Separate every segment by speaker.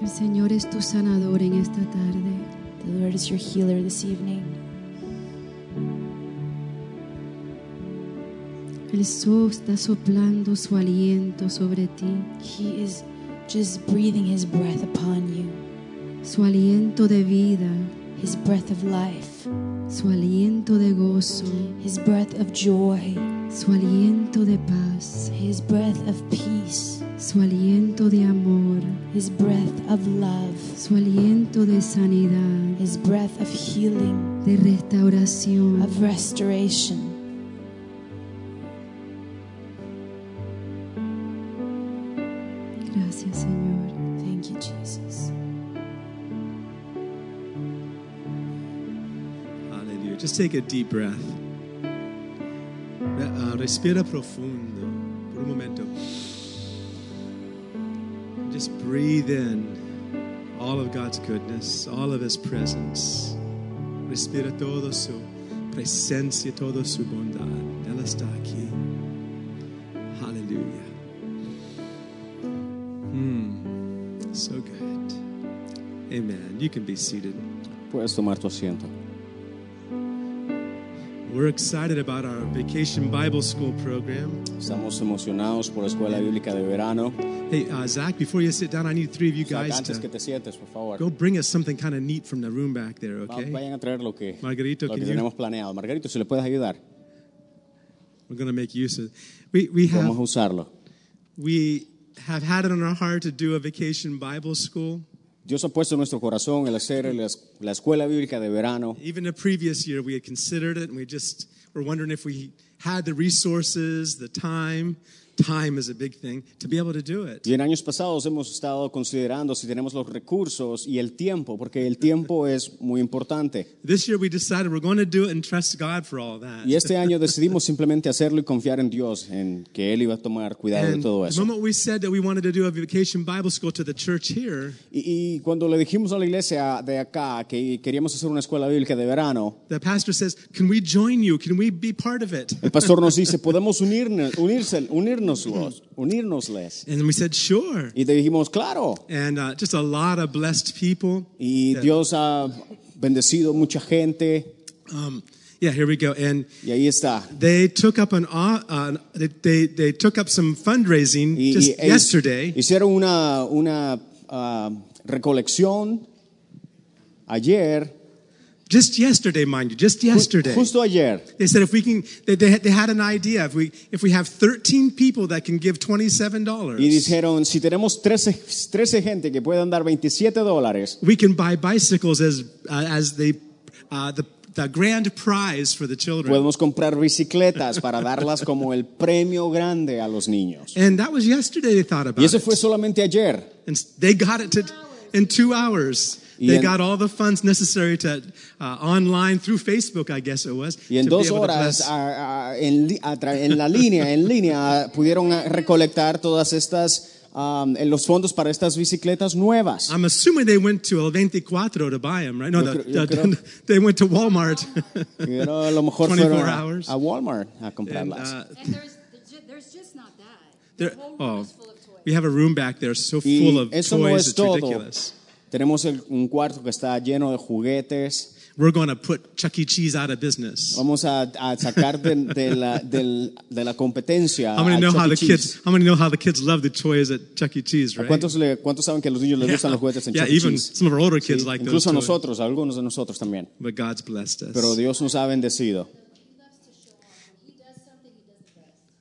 Speaker 1: El Señor es tu sanador en esta tarde.
Speaker 2: The Lord is your healer this evening.
Speaker 1: El sol está soplando su aliento sobre ti,
Speaker 2: He is just breathing His breath upon you,
Speaker 1: su aliento de vida,
Speaker 2: His breath of life,
Speaker 1: su aliento de gozo,
Speaker 2: His breath of joy,
Speaker 1: su aliento de paz,
Speaker 2: His breath of peace,
Speaker 1: su aliento de amor,
Speaker 2: His breath of love,
Speaker 1: su aliento de sanidad,
Speaker 2: His breath of healing,
Speaker 1: de restauración.
Speaker 2: of restoration.
Speaker 1: Gracias, Señor.
Speaker 2: Thank you, Jesus.
Speaker 3: Hallelujah. Just take a deep breath. Re- uh, respira profundo por un momento. Just breathe in all of God's goodness, all of His presence. Respira todo su presencia, toda su bondad. Él está aquí. Hallelujah. Hmm. So good. Amen. You can be seated.
Speaker 4: Puedes tomar tu asiento.
Speaker 3: We're excited about our Vacation Bible School program.
Speaker 4: Estamos emocionados por la Escuela Bíblica de Verano.
Speaker 3: Hey, uh, Zach, before you sit down, I need three of you
Speaker 4: Zach,
Speaker 3: guys
Speaker 4: antes que
Speaker 3: to
Speaker 4: te sientes, por favor,
Speaker 3: go bring us something kind of neat from the room back there,
Speaker 4: va-
Speaker 3: okay?
Speaker 4: vayan a traer lo que,
Speaker 3: Margarito,
Speaker 4: lo
Speaker 3: can
Speaker 4: que
Speaker 3: you-
Speaker 4: tenemos planeado. Margarito, si le puedes ayudar,
Speaker 3: We're going to make use of We, we,
Speaker 4: vamos a
Speaker 3: have,
Speaker 4: usarlo.
Speaker 3: we have had it on our heart to do a Vacation Bible School.
Speaker 4: Dios ha puesto en nuestro corazón el hacer la, es- la Escuela Bíblica de Verano.
Speaker 3: Even the previous year, we had considered it, and we just were wondering if we had the resources, the time. Time is a big thing to be able to do it.
Speaker 4: Y en años pasados hemos estado considerando si tenemos los recursos y el tiempo, porque el tiempo es muy importante.
Speaker 3: This year, we decided we're going to do it and trust God for all that.
Speaker 4: Y este año decidimos simplemente hacerlo y confiar en Dios, en que Él iba a tomar cuidado de
Speaker 3: And
Speaker 4: todo
Speaker 3: the
Speaker 4: eso.
Speaker 3: moment we said that we wanted to do a vacation Bible school to the church here,
Speaker 4: Y, y cuando le dijimos a la iglesia de acá que queríamos hacer una escuela bíblica de verano,
Speaker 3: the pastor says, Can we join you? Can we be part of it?
Speaker 4: el pastor nos dice, podemos unirnos, unirse, unirnos, unirnosles.
Speaker 3: And we said, Sure.
Speaker 4: Y le dijimos, claro.
Speaker 3: And uh, just a lot of blessed people.
Speaker 4: Y Dios ha bendecido mucha gente.
Speaker 3: Um, yeah, here we go. And
Speaker 4: Y ahí está.
Speaker 3: they took up an, au- uh, an- they, they, they took up some fundraising
Speaker 4: Y,
Speaker 3: just
Speaker 4: y ellos
Speaker 3: yesterday.
Speaker 4: hicieron una, una ah, recolección ayer.
Speaker 3: just yesterday, mind you, just
Speaker 4: ju-
Speaker 3: yesterday.
Speaker 4: Justo ayer.
Speaker 3: they said if we can, they, they, had- they had an idea. If we, if we have 13 people that can give
Speaker 4: Y
Speaker 3: $27,
Speaker 4: dijeron, si tenemos 13, 13 gente que puedan dar 27 dólares,
Speaker 3: we can buy bicycles as uh, as the, uh, the the grand prize for the children.
Speaker 4: Podemos comprar bicicletas para darlas como el premio grande a los niños.
Speaker 3: and that was yesterday. They thought about
Speaker 4: Y eso
Speaker 3: it,
Speaker 4: fue solamente ayer.
Speaker 3: and s- they got it to in two hours.
Speaker 4: Y
Speaker 3: They
Speaker 4: en-
Speaker 3: got all the funds necessary to uh, online through Facebook, I guess it was.
Speaker 4: Y en
Speaker 3: to be
Speaker 4: dos
Speaker 3: able to bless.
Speaker 4: horas, a- a- en, li- a tra- en la línea, en línea, a- pudieron a- recolectar todas estas, um, en los fondos para estas bicicletas nuevas.
Speaker 3: I'm assuming they went to El 24 to buy them, right? No,
Speaker 4: Yo
Speaker 3: the,
Speaker 4: creo- yo
Speaker 3: the-
Speaker 4: creo-
Speaker 3: they went to Walmart.
Speaker 4: Pero a lo mejor fueron
Speaker 3: 24
Speaker 4: a,
Speaker 3: hours.
Speaker 4: a Walmart a
Speaker 3: And,
Speaker 4: comprarlas.
Speaker 3: uh,
Speaker 5: And there's, there's ju- there's just not that.
Speaker 3: there-
Speaker 5: The whole room
Speaker 3: oh,
Speaker 5: is full of toys.
Speaker 3: we have a room back there so
Speaker 4: Y
Speaker 3: full of toys,
Speaker 4: eso no es
Speaker 3: it's
Speaker 4: todo.
Speaker 3: ridiculous.
Speaker 4: Tenemos el- un cuarto que está lleno de juguetes.
Speaker 3: We're going to put Chuck E. Cheese out of business.
Speaker 4: Vamos a, a sacar de, de la, del- de la competencia.
Speaker 3: How many
Speaker 4: al
Speaker 3: know
Speaker 4: Chuck
Speaker 3: how
Speaker 4: E.
Speaker 3: the
Speaker 4: Cheese.
Speaker 3: kids? How many know how the kids love the toys at Chuck E. Cheese? Right?
Speaker 4: ¿Cuántos, le- cuántos saben que a los niños les
Speaker 3: yeah,
Speaker 4: gustan los juguetes en
Speaker 3: yeah,
Speaker 4: Chuck E.
Speaker 3: even
Speaker 4: Cheese?
Speaker 3: some of our older kids
Speaker 4: Sí,
Speaker 3: like those.
Speaker 4: incluso a
Speaker 3: toys.
Speaker 4: nosotros, a algunos de nosotros también.
Speaker 3: But God's blessed us.
Speaker 4: Pero Dios nos ha bendecido.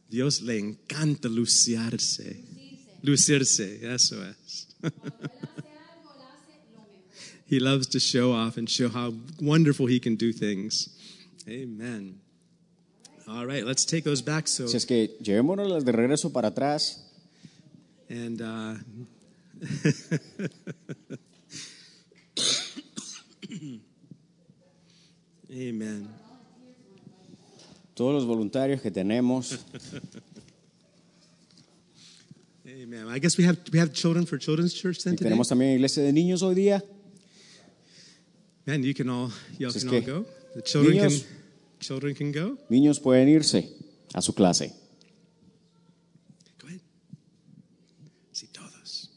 Speaker 3: Dios le encanta lucirse. Lucirse, eso es. he loves to show off and show how wonderful he can do things. Amen. All right, let's take those back. So,
Speaker 4: Así es que llevémonos de regreso para atrás.
Speaker 3: and uh, amen.
Speaker 4: Todos los voluntarios que tenemos.
Speaker 3: Amen. I guess we have we have children for children's church then
Speaker 4: Y
Speaker 3: today.
Speaker 4: tenemos también iglesia de niños hoy día.
Speaker 3: Man, you can all y'all
Speaker 4: Así es
Speaker 3: can all
Speaker 4: que,
Speaker 3: go. The children
Speaker 4: niños.
Speaker 3: can children can go.
Speaker 4: Niños pueden irse a su clase.
Speaker 3: Go ahead. Sí, todos.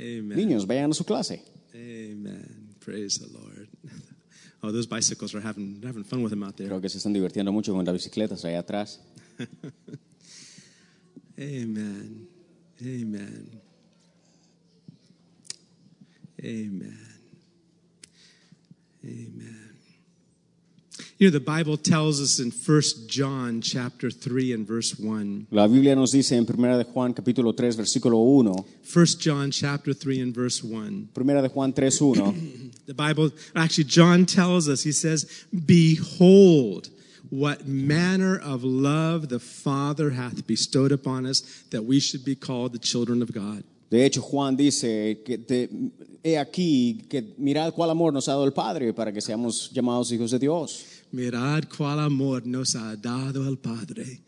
Speaker 3: Amen.
Speaker 4: Niños, vayan a su clase.
Speaker 3: Amen. Praise the Lord. Oh, those bicycles are having having fun with them out there.
Speaker 4: Creo que se están divirtiendo mucho con las bicicletas allá atrás.
Speaker 3: Amen. Amen. Amen. Amen. You know, the Bible tells us in 1 John chapter 3 and verse 1.
Speaker 4: La Biblia nos dice en 1 de Juan capítulo 3 versículo 1,
Speaker 3: 1 John chapter 3 and verse 1.
Speaker 4: 1 de Juan 3 1,
Speaker 3: The Bible, actually, John tells us, he says, Behold, what manner of love the Father hath bestowed upon us, that we should be called the children of God.
Speaker 4: de hecho Juan dice que te- he aquí que mirad cuál amor nos ha dado el Padre para que seamos llamados hijos de Dios.
Speaker 3: Mirad cuál amor nos ha dado el Padre.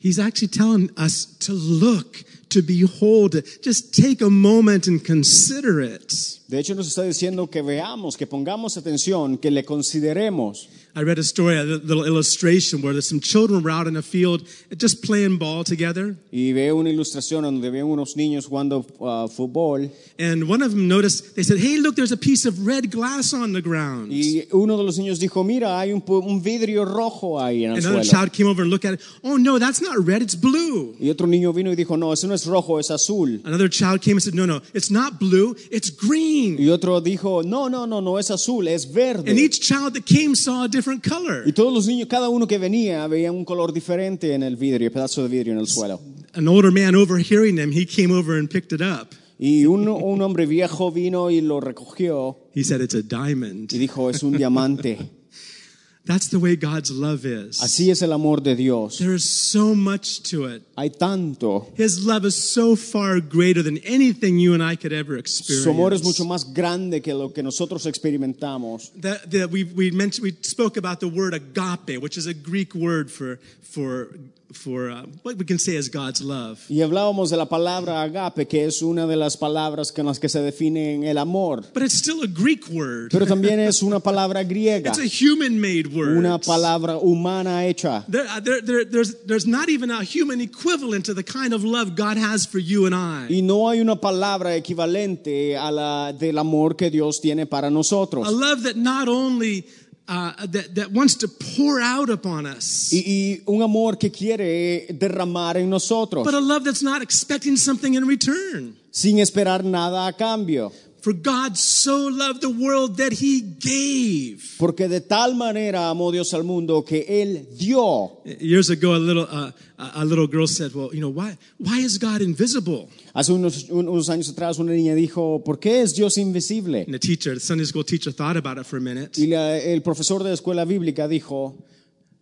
Speaker 3: He's actually telling us to look, to behold it. Just take a moment and consider it.
Speaker 4: De hecho nos está diciendo que veamos, que pongamos atención, que le consideremos.
Speaker 3: I read a story, a little illustration where there's some children were out in a field just playing ball together.
Speaker 4: Y veo una ilustración donde veo unos niños jugando uh, fútbol
Speaker 3: And one of them noticed, they said, Hey, look, there's a piece of red glass on the ground.
Speaker 4: y uno de los niños dijo, mira, hay un, pu- un vidrio rojo ahí en el
Speaker 3: Another
Speaker 4: suelo.
Speaker 3: child came over and looked at it. Oh, no, that's not red, it's blue.
Speaker 4: Y otro niño vino y dijo, no, eso no es rojo, es azul.
Speaker 3: Another child came and said, No, no, it's not blue, it's green.
Speaker 4: Y otro dijo, no, no, no, no es azul, es verde.
Speaker 3: And each child that came saw a different color.
Speaker 4: Y todos los niños, cada uno que venía, veía un color diferente en el vidrio, pedazo de vidrio en el suelo.
Speaker 3: An older man overhearing them, he came over and picked it up.
Speaker 4: Y un, un hombre viejo vino y lo recogió
Speaker 3: He said, It's a diamond.
Speaker 4: y dijo, es un diamante.
Speaker 3: That's the way God's love is.
Speaker 4: Así es el amor de Dios.
Speaker 3: There is so much to it.
Speaker 4: Hay tanto.
Speaker 3: His love is so far greater than anything you and I could ever experience.
Speaker 4: Su amor es mucho más grande que lo que nosotros experimentamos.
Speaker 3: That, that we, we mentioned, we spoke about the word agape, which is a Greek word for, for, for uh, what we can say is God's love.
Speaker 4: Y hablábamos de la palabra agape, que es una de las palabras con las que se define el amor.
Speaker 3: But it's still a Greek word.
Speaker 4: Pero también es una palabra griega,
Speaker 3: It's a human made word.
Speaker 4: una palabra humana hecha.
Speaker 3: There, uh, there, there, there's, there's not even a human equivalent to the kind of love God has for you and I.
Speaker 4: Y no hay una palabra equivalente a la del amor que Dios tiene para
Speaker 3: A
Speaker 4: nosotros.
Speaker 3: love that not only uh, that, that wants to pour out upon us,
Speaker 4: Y, y un amor que quiere derramar en nosotros
Speaker 3: but a love that's not expecting something in return.
Speaker 4: sin esperar nada a cambio.
Speaker 3: For God so loved the world that he gave.
Speaker 4: Porque de tal manera amó Dios al mundo que Él dio.
Speaker 3: Years ago, a little uh, a a little girl said, "Well, you know, why why is God invisible?"
Speaker 4: Hace unos, un- unos años atrás una niña dijo, ¿por qué es Dios invisible?
Speaker 3: And the teacher, the Sunday school teacher, thought about it for a minute,
Speaker 4: Y la- el profesor de la escuela bíblica dijo,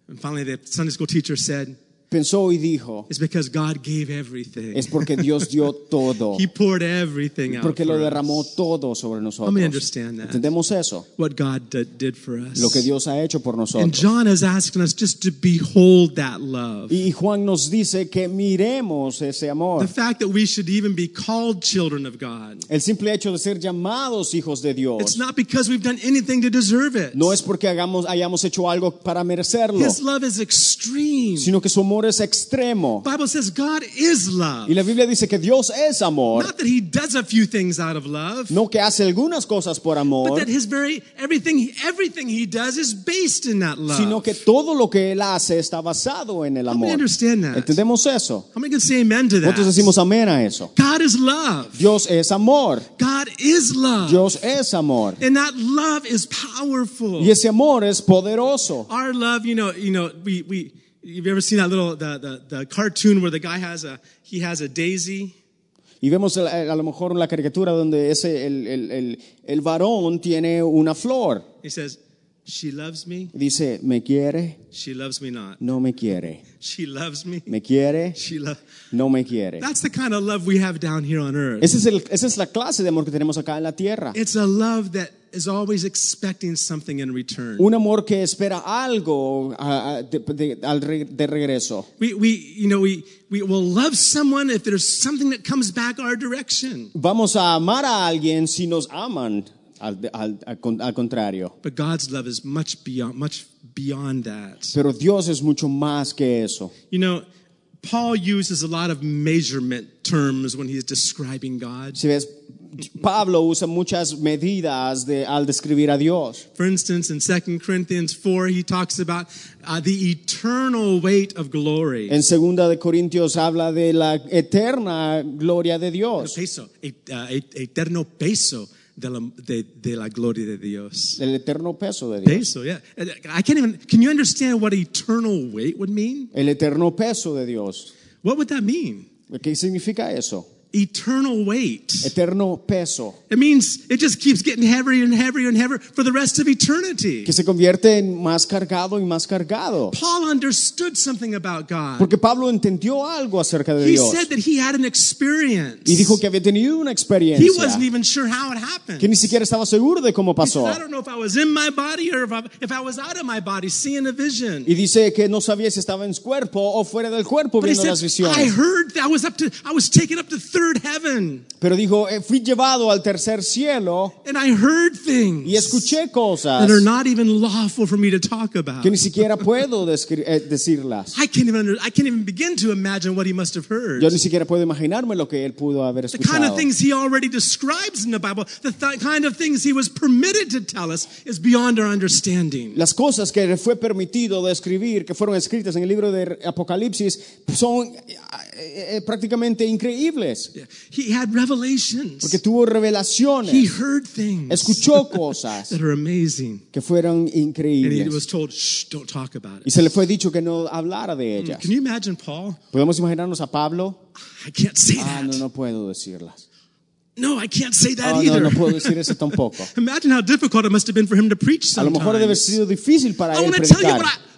Speaker 3: and finally, the Sunday school teacher said,
Speaker 4: pensó y dijo,
Speaker 3: "It's because God gave everything.
Speaker 4: es porque Dios dio todo.
Speaker 3: He poured everything out
Speaker 4: Porque
Speaker 3: for
Speaker 4: lo
Speaker 3: us.
Speaker 4: derramó todo sobre nosotros.
Speaker 3: Let me understand that.
Speaker 4: Entendemos eso,
Speaker 3: What God did, did for us.
Speaker 4: lo que Dios ha hecho por
Speaker 3: and
Speaker 4: nosotros.
Speaker 3: John is asking us just to behold that love.
Speaker 4: Y Juan nos dice que miremos ese
Speaker 3: The
Speaker 4: amor.
Speaker 3: fact that we should even be called children of God.
Speaker 4: El simple hecho de ser llamados hijos de
Speaker 3: It's
Speaker 4: Dios
Speaker 3: not because we've done anything to deserve it.
Speaker 4: no es porque hagamos, hayamos hecho algo para merecerlo,
Speaker 3: His love is extreme.
Speaker 4: sino que su amor es extremo.
Speaker 3: Bible says God is love.
Speaker 4: Y la Biblia dice que Dios es amor,
Speaker 3: Not that he does a few things out of love,
Speaker 4: no que hace algunas cosas por
Speaker 3: but
Speaker 4: amor,
Speaker 3: that his very everything everything he does is based in that love.
Speaker 4: sino que todo lo que Él hace está basado en el
Speaker 3: How many
Speaker 4: amor.
Speaker 3: understand that?
Speaker 4: ¿Entendemos eso?
Speaker 3: How many can say amen to that?
Speaker 4: Nosotros decimos amén a eso.
Speaker 3: God is love.
Speaker 4: Dios es amor,
Speaker 3: God is love.
Speaker 4: Dios es amor.
Speaker 3: And that love is powerful.
Speaker 4: Y ese amor es poderoso.
Speaker 3: Our love, you know, you know, we we you've ever seen that little the, the the cartoon where the guy has a he has a daisy
Speaker 4: Y vemos el- a lo mejor la caricatura donde ese, el, el- el- el varón tiene una flor.
Speaker 3: He says, She loves me,
Speaker 4: Dice, ¿me quiere?
Speaker 3: she loves me not.
Speaker 4: No me quiere.
Speaker 3: She loves me,
Speaker 4: ¿Me quiere?
Speaker 3: she loves.
Speaker 4: No me quiere.
Speaker 3: That's the kind of love we have down here on earth.
Speaker 4: Ese es el- esa es la clase de amor que tenemos acá en la tierra.
Speaker 3: It's a love that is always expecting something in return.
Speaker 4: Un amor que espera algo a- a- de, de- al re- de regreso.
Speaker 3: We, we, you know, we, we will love someone if there's something that comes back our direction.
Speaker 4: Vamos a amar a alguien si nos aman, al, al- al con- al contrario.
Speaker 3: But God's love is much beyond, much beyond that.
Speaker 4: Pero Dios es mucho más que eso.
Speaker 3: You know, Paul uses a lot of measurement terms when he's describing God.
Speaker 4: Si ves, Pablo usa muchas medidas de, al describir a Dios.
Speaker 3: For instance, in 2 Corinthians 4, he talks about uh, the eternal weight of glory.
Speaker 4: En segunda de Corintios habla de la eterna gloria de
Speaker 3: El
Speaker 4: Dios,
Speaker 3: peso, et- uh, et- eterno peso de la, de, de la gloria de Dios.
Speaker 4: el eterno peso de Dios.
Speaker 3: Peso, yeah. And I can't even, can you understand what eternal weight would mean?
Speaker 4: El eterno peso de Dios.
Speaker 3: What would that mean?
Speaker 4: ¿Qué significa eso?
Speaker 3: Eternal weight.
Speaker 4: Eterno peso,
Speaker 3: It means it just keeps getting heavier and heavier and heavier for the rest of eternity.
Speaker 4: que se convierte en más cargado y más cargado.
Speaker 3: Paul understood something about God.
Speaker 4: Porque Pablo entendió algo acerca de
Speaker 3: He
Speaker 4: Dios
Speaker 3: said that he had an experience.
Speaker 4: y dijo que había tenido una
Speaker 3: he wasn't
Speaker 4: experiencia
Speaker 3: even sure how it happened.
Speaker 4: que ni siquiera estaba seguro de cómo
Speaker 3: He said,
Speaker 4: pasó.
Speaker 3: I don't know if I was in my body or if I, if I was out of my body seeing a vision.
Speaker 4: Y dice que no sabía si estaba en su cuerpo o fuera del cuerpo
Speaker 3: But he
Speaker 4: viendo las
Speaker 3: said, I
Speaker 4: visiones.
Speaker 3: heard that I was up to, I was taken up to third heaven
Speaker 4: Pero dijo, "Eh, fui llevado al tercer cielo
Speaker 3: and I heard things
Speaker 4: y escuché cosas
Speaker 3: that are not even lawful for me to talk about.
Speaker 4: que ni siquiera puedo descri- eh, decirlas.
Speaker 3: I can't even, under, I can't even begin to imagine what he must have heard.
Speaker 4: Yo ni siquiera puedo imaginarme lo que él pudo haber
Speaker 3: The kind of
Speaker 4: escuchado.
Speaker 3: things he already describes in the Bible, the th- kind of things he was permitted to tell us, is beyond our understanding.
Speaker 4: Las cosas que le fue permitido describir, que fueron escritas en el libro de Apocalipsis, son eh, eh, eh, prácticamente increíbles.
Speaker 3: Yeah. He had revelations.
Speaker 4: Porque tuvo
Speaker 3: He
Speaker 4: revelaciones,
Speaker 3: heard things
Speaker 4: escuchó cosas
Speaker 3: that are amazing.
Speaker 4: que fueron
Speaker 3: And he
Speaker 4: increíbles.
Speaker 3: was told, shh, don't talk about
Speaker 4: Y
Speaker 3: it.
Speaker 4: se le fue dicho que no hablara de ellas.
Speaker 3: Mm, Can you imagine Paul?
Speaker 4: ¿Podemos imaginarnos a Pablo?
Speaker 3: I can't say
Speaker 4: Ah, no,
Speaker 3: that.
Speaker 4: no puedo decirlas.
Speaker 3: No, I can't say that
Speaker 4: Oh, no,
Speaker 3: either.
Speaker 4: no puedo decir eso tampoco.
Speaker 3: Imagine how difficult it must have been for him to preach
Speaker 4: A lo
Speaker 3: sometimes.
Speaker 4: mejor debe haber sido difícil para
Speaker 3: I
Speaker 4: él
Speaker 3: want to tell you
Speaker 4: predicar.
Speaker 3: what I...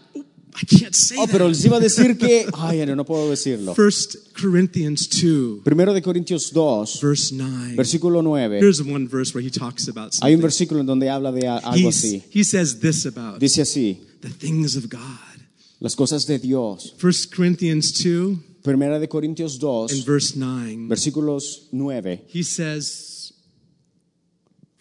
Speaker 3: I can't say
Speaker 4: Oh, pero
Speaker 3: that.
Speaker 4: les iba a decir que... Ay, no, no puedo decirlo.
Speaker 3: First Corinthians 2,
Speaker 4: Primero de Corintios 2,
Speaker 3: verse 9.
Speaker 4: versículo 9.
Speaker 3: Here's one verse where he talks about
Speaker 4: Hay un
Speaker 3: something.
Speaker 4: versículo en donde habla de a- algo
Speaker 3: He's-
Speaker 4: así.
Speaker 3: he says this about
Speaker 4: Dice así,
Speaker 3: the things of God.
Speaker 4: las cosas de Dios.
Speaker 3: First Corinthians 2
Speaker 4: Primera de Corintios
Speaker 3: and
Speaker 4: 2,
Speaker 3: verse 9.
Speaker 4: versículos 9.
Speaker 3: He says,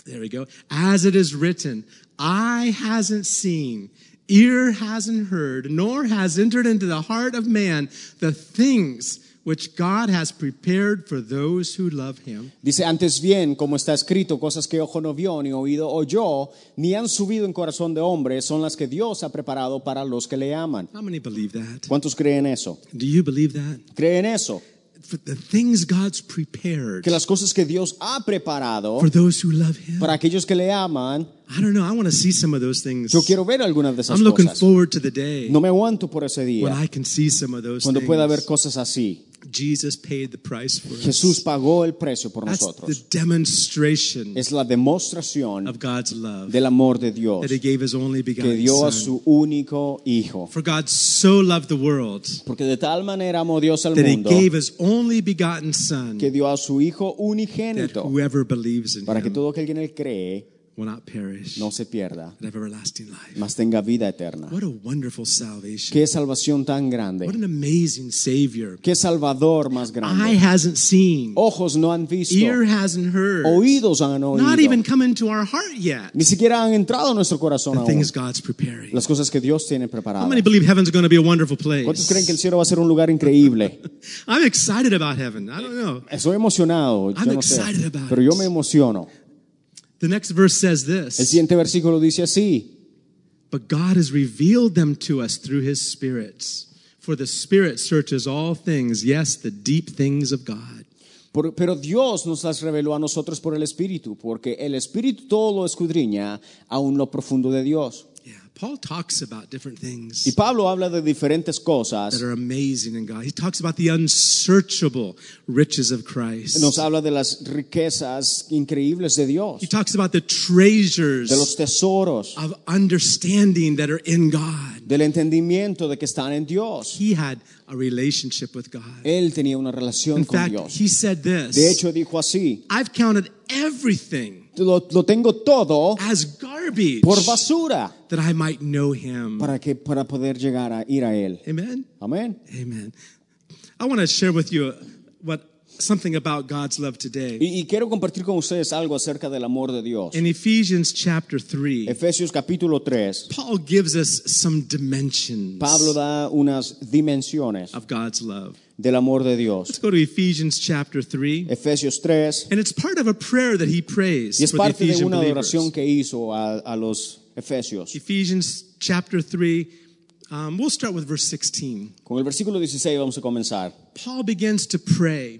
Speaker 3: there we go. As it is written, eye hasn't seen, ear hasn't heard, nor has entered into the heart of man the things which God has prepared for those who love him.
Speaker 4: Dice, antes bien, como está escrito, cosas que ojo no vio, ni oído oyó, ni han subido en corazón de hombre, son las que Dios ha preparado para los que le aman.
Speaker 3: How many believe that?
Speaker 4: ¿Cuántos creen eso?
Speaker 3: Do you believe that?
Speaker 4: ¿Creen eso?
Speaker 3: For the things God's prepared
Speaker 4: Que las cosas que Dios ha preparado
Speaker 3: for those who love him.
Speaker 4: para aquellos que le aman,
Speaker 3: I don't know. I want to see some of those things.
Speaker 4: yo quiero ver algunas de esas
Speaker 3: I'm looking
Speaker 4: cosas.
Speaker 3: forward to the day
Speaker 4: No me aguanto por ese
Speaker 3: when
Speaker 4: día,
Speaker 3: I can see some of those
Speaker 4: cuando
Speaker 3: things.
Speaker 4: pueda haber cosas así.
Speaker 3: Jesus paid the price for
Speaker 4: Jesús
Speaker 3: us.
Speaker 4: pagó el precio por
Speaker 3: That's
Speaker 4: nosotros.
Speaker 3: the demonstration
Speaker 4: Es la demostración
Speaker 3: of God's love
Speaker 4: del amor de Dios
Speaker 3: that He gave His only
Speaker 4: que
Speaker 3: begotten
Speaker 4: dio a
Speaker 3: Son.
Speaker 4: su único Hijo.
Speaker 3: For God so loved the world
Speaker 4: Porque de tal manera amó Dios al
Speaker 3: that He
Speaker 4: mundo
Speaker 3: gave His only begotten Son
Speaker 4: que dio a su Hijo
Speaker 3: that
Speaker 4: unigénito
Speaker 3: whoever believes in
Speaker 4: para que
Speaker 3: Him
Speaker 4: todo aquel que en él cree
Speaker 3: will not perish
Speaker 4: no se pierda,
Speaker 3: but have everlasting life.
Speaker 4: mas tenga vida eterna.
Speaker 3: What a wonderful salvation.
Speaker 4: Qué salvación tan
Speaker 3: What
Speaker 4: grande,
Speaker 3: an amazing Savior.
Speaker 4: qué salvador más
Speaker 3: Eye
Speaker 4: grande.
Speaker 3: hasn't seen,
Speaker 4: Ojos no han visto,
Speaker 3: ear hasn't heard,
Speaker 4: oídos han
Speaker 3: not even
Speaker 4: oído,
Speaker 3: come into our heart yet.
Speaker 4: ni siquiera han entrado en nuestro corazón
Speaker 3: The
Speaker 4: aún.
Speaker 3: things God's preparing.
Speaker 4: Las cosas que Dios tiene
Speaker 3: How
Speaker 4: preparadas.
Speaker 3: many believe heaven's going to be a wonderful
Speaker 4: ¿Cuántos creen que
Speaker 3: place?
Speaker 4: el cielo va a ser un lugar increíble?
Speaker 3: I'm excited about heaven. I don't know.
Speaker 4: Estoy emocionado, yo
Speaker 3: I'm
Speaker 4: no sé,
Speaker 3: excited about
Speaker 4: pero yo
Speaker 3: it.
Speaker 4: me emociono.
Speaker 3: The next verse says
Speaker 4: El
Speaker 3: this
Speaker 4: siguiente versículo dice así,
Speaker 3: But God has revealed them to us through his Spirit. For the Spirit searches all things, yes, the deep things of God.
Speaker 4: "Por- pero Dios nos las reveló a nosotros por el Espíritu, porque el Espíritu todo lo escudriña, aún lo profundo de Dios.
Speaker 3: Yeah, Paul talks about different
Speaker 4: Y
Speaker 3: things
Speaker 4: Pablo habla de diferentes
Speaker 3: that
Speaker 4: cosas.
Speaker 3: are amazing in God. He talks about the unsearchable riches of
Speaker 4: Nos
Speaker 3: Christ,
Speaker 4: habla de las riquezas increíbles de Dios,
Speaker 3: he Ah. talks about the
Speaker 4: de los
Speaker 3: treasures
Speaker 4: tesoros,
Speaker 3: of understanding that are in God.
Speaker 4: del entendimiento de que están en Dios.
Speaker 3: He had a relationship with God.
Speaker 4: Él tenía una relación
Speaker 3: In
Speaker 4: con
Speaker 3: fact,
Speaker 4: Dios.
Speaker 3: he said this
Speaker 4: De hecho, dijo así,
Speaker 3: I've counted everything
Speaker 4: lo, lo tengo todo
Speaker 3: as garbage
Speaker 4: por basura
Speaker 3: that I might know him.
Speaker 4: para, que, para poder llegar a ir a Él.
Speaker 3: Amen.
Speaker 4: Amén.
Speaker 3: Amen. I want to share with you what something about God's love today.
Speaker 4: Y, y quiero compartir con ustedes algo acerca del amor de Dios.
Speaker 3: In Ephesians chapter 3,
Speaker 4: Efesios capítulo 3,
Speaker 3: Paul gives us some dimensions
Speaker 4: Pablo da unas dimensiones
Speaker 3: of God's love.
Speaker 4: del amor de
Speaker 3: Let's
Speaker 4: Dios.
Speaker 3: go to Ephesians chapter 3.
Speaker 4: Efesios 3,
Speaker 3: And it's part of a prayer that he prays
Speaker 4: y es
Speaker 3: for the
Speaker 4: parte de
Speaker 3: Ephesian
Speaker 4: una
Speaker 3: believers.
Speaker 4: adoración que hizo a, a los Efesios.
Speaker 3: Ephesians chapter 3, um, we'll start with verse 16.
Speaker 4: Con el versículo 16 vamos a comenzar.
Speaker 3: Paul begins to pray,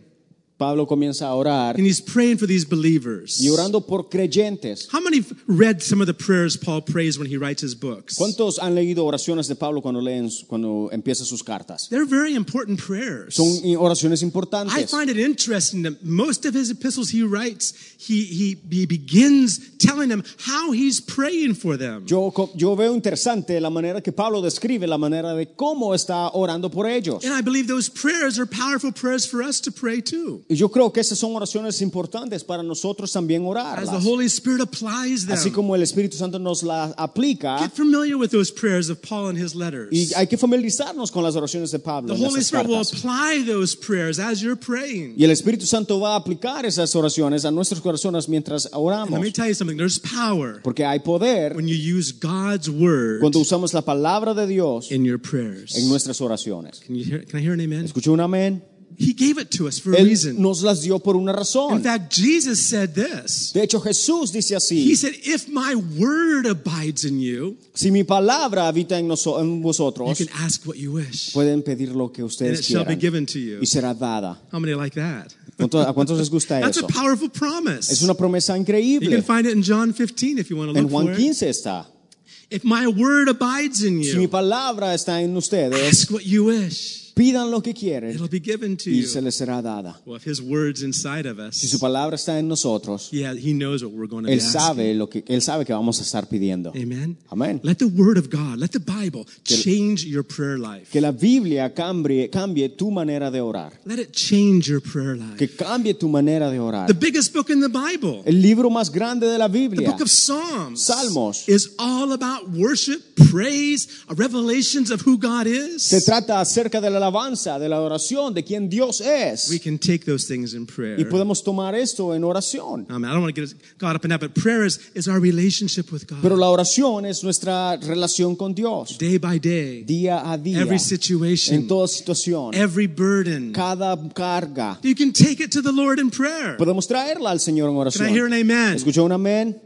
Speaker 4: Pablo comienza a orar
Speaker 3: and he's praying for these believers.
Speaker 4: y orando por creyentes.
Speaker 3: How many have read some of the prayers Paul prays when he writes his books?
Speaker 4: ¿Cuántos han leído oraciones de Pablo cuando leen, cuando empieza sus cartas?
Speaker 3: They're very important prayers.
Speaker 4: Son i- oraciones
Speaker 3: I
Speaker 4: importantes.
Speaker 3: find it interesting that most of his epistles he writes, he, he, he begins telling them how he's praying for them.
Speaker 4: Yo, co- yo veo interesante la manera que Pablo describe la manera de cómo está orando por ellos.
Speaker 3: And I believe those prayers are powerful prayers for us to pray too.
Speaker 4: Y yo creo que esas son oraciones importantes para nosotros también
Speaker 3: As the
Speaker 4: orarlas.
Speaker 3: Holy Spirit applies them.
Speaker 4: Así como el Espíritu Santo nos las aplica
Speaker 3: Get familiar with those prayers of Paul and his letters.
Speaker 4: y hay que familiarizarnos con las oraciones de Pablo.
Speaker 3: the
Speaker 4: en
Speaker 3: Holy
Speaker 4: esas
Speaker 3: Spirit will
Speaker 4: cartas.
Speaker 3: apply those prayers as you're praying.
Speaker 4: Y el Espíritu Santo va a aplicar esas oraciones a nuestros corazones mientras
Speaker 3: And let
Speaker 4: oramos.
Speaker 3: me tell you something there's power
Speaker 4: Porque hay poder
Speaker 3: when you use God's word
Speaker 4: cuando usamos la palabra de Dios
Speaker 3: in your prayers.
Speaker 4: en nuestras oraciones.
Speaker 3: Can, you hear, can I hear an amen?
Speaker 4: ¿Escuchó un amén?
Speaker 3: He gave it to us for a
Speaker 4: Él
Speaker 3: reason.
Speaker 4: nos las dio por una
Speaker 3: In
Speaker 4: razón.
Speaker 3: fact, Jesus said this.
Speaker 4: De hecho, Jesús dice
Speaker 3: He
Speaker 4: así,
Speaker 3: said, If my word abides in you,
Speaker 4: si mi palabra habita en, noso- en
Speaker 3: you
Speaker 4: vosotros,
Speaker 3: can ask what you wish, and
Speaker 4: pueden pedir lo que ustedes
Speaker 3: it shall be given
Speaker 4: quieran
Speaker 3: to you.
Speaker 4: y será dada.
Speaker 3: How many like that?
Speaker 4: ¿Cuánto- ¿A cuántos les gusta
Speaker 3: That's a
Speaker 4: eso?
Speaker 3: powerful
Speaker 4: Es
Speaker 3: promise.
Speaker 4: una promesa
Speaker 3: You can
Speaker 4: increíble.
Speaker 3: find it in John 15 if you want to
Speaker 4: En
Speaker 3: look for
Speaker 4: Juan
Speaker 3: it.
Speaker 4: 15 está.
Speaker 3: If my word abides in
Speaker 4: Si mi
Speaker 3: you,
Speaker 4: palabra está en ustedes,
Speaker 3: ask what you wish.
Speaker 4: pidan lo que quieren
Speaker 3: It'll be given to
Speaker 4: y se
Speaker 3: you.
Speaker 4: les será dada.
Speaker 3: Well, if his word's inside of
Speaker 4: Si su
Speaker 3: us,
Speaker 4: palabra está en nosotros,
Speaker 3: yeah, he knows what we're going to be
Speaker 4: él
Speaker 3: asking.
Speaker 4: sabe lo que él sabe que vamos a estar pidiendo.
Speaker 3: Amen.
Speaker 4: Amén.
Speaker 3: Let the word of God, let the Bible change your prayer life.
Speaker 4: Que la Biblia cambie, cambie tu manera de orar.
Speaker 3: Let it change your prayer life.
Speaker 4: Que cambie tu manera de orar.
Speaker 3: The biggest book in the Bible.
Speaker 4: El libro más grande de la
Speaker 3: The
Speaker 4: Biblia,
Speaker 3: book of Psalms
Speaker 4: Salmos.
Speaker 3: is all about worship, praise, uh, revelations of who God
Speaker 4: se
Speaker 3: is.
Speaker 4: trata acerca de la alabanza, de la oración, de quién Dios
Speaker 3: We
Speaker 4: es.
Speaker 3: can take those things in prayer.
Speaker 4: Y podemos tomar esto en oración.
Speaker 3: Um, I don't want to get us caught up in that, but prayer is, is our relationship with God.
Speaker 4: Pero la oración es nuestra relación con Dios,
Speaker 3: Day by day,
Speaker 4: día a día,
Speaker 3: every situation,
Speaker 4: en toda situación,
Speaker 3: every burden.
Speaker 4: cada carga.
Speaker 3: You can take it to the Lord in prayer.
Speaker 4: Podemos traerla al Señor en
Speaker 3: Can I hear an
Speaker 4: oración.
Speaker 3: amen?
Speaker 4: ¿Escuchó un amén?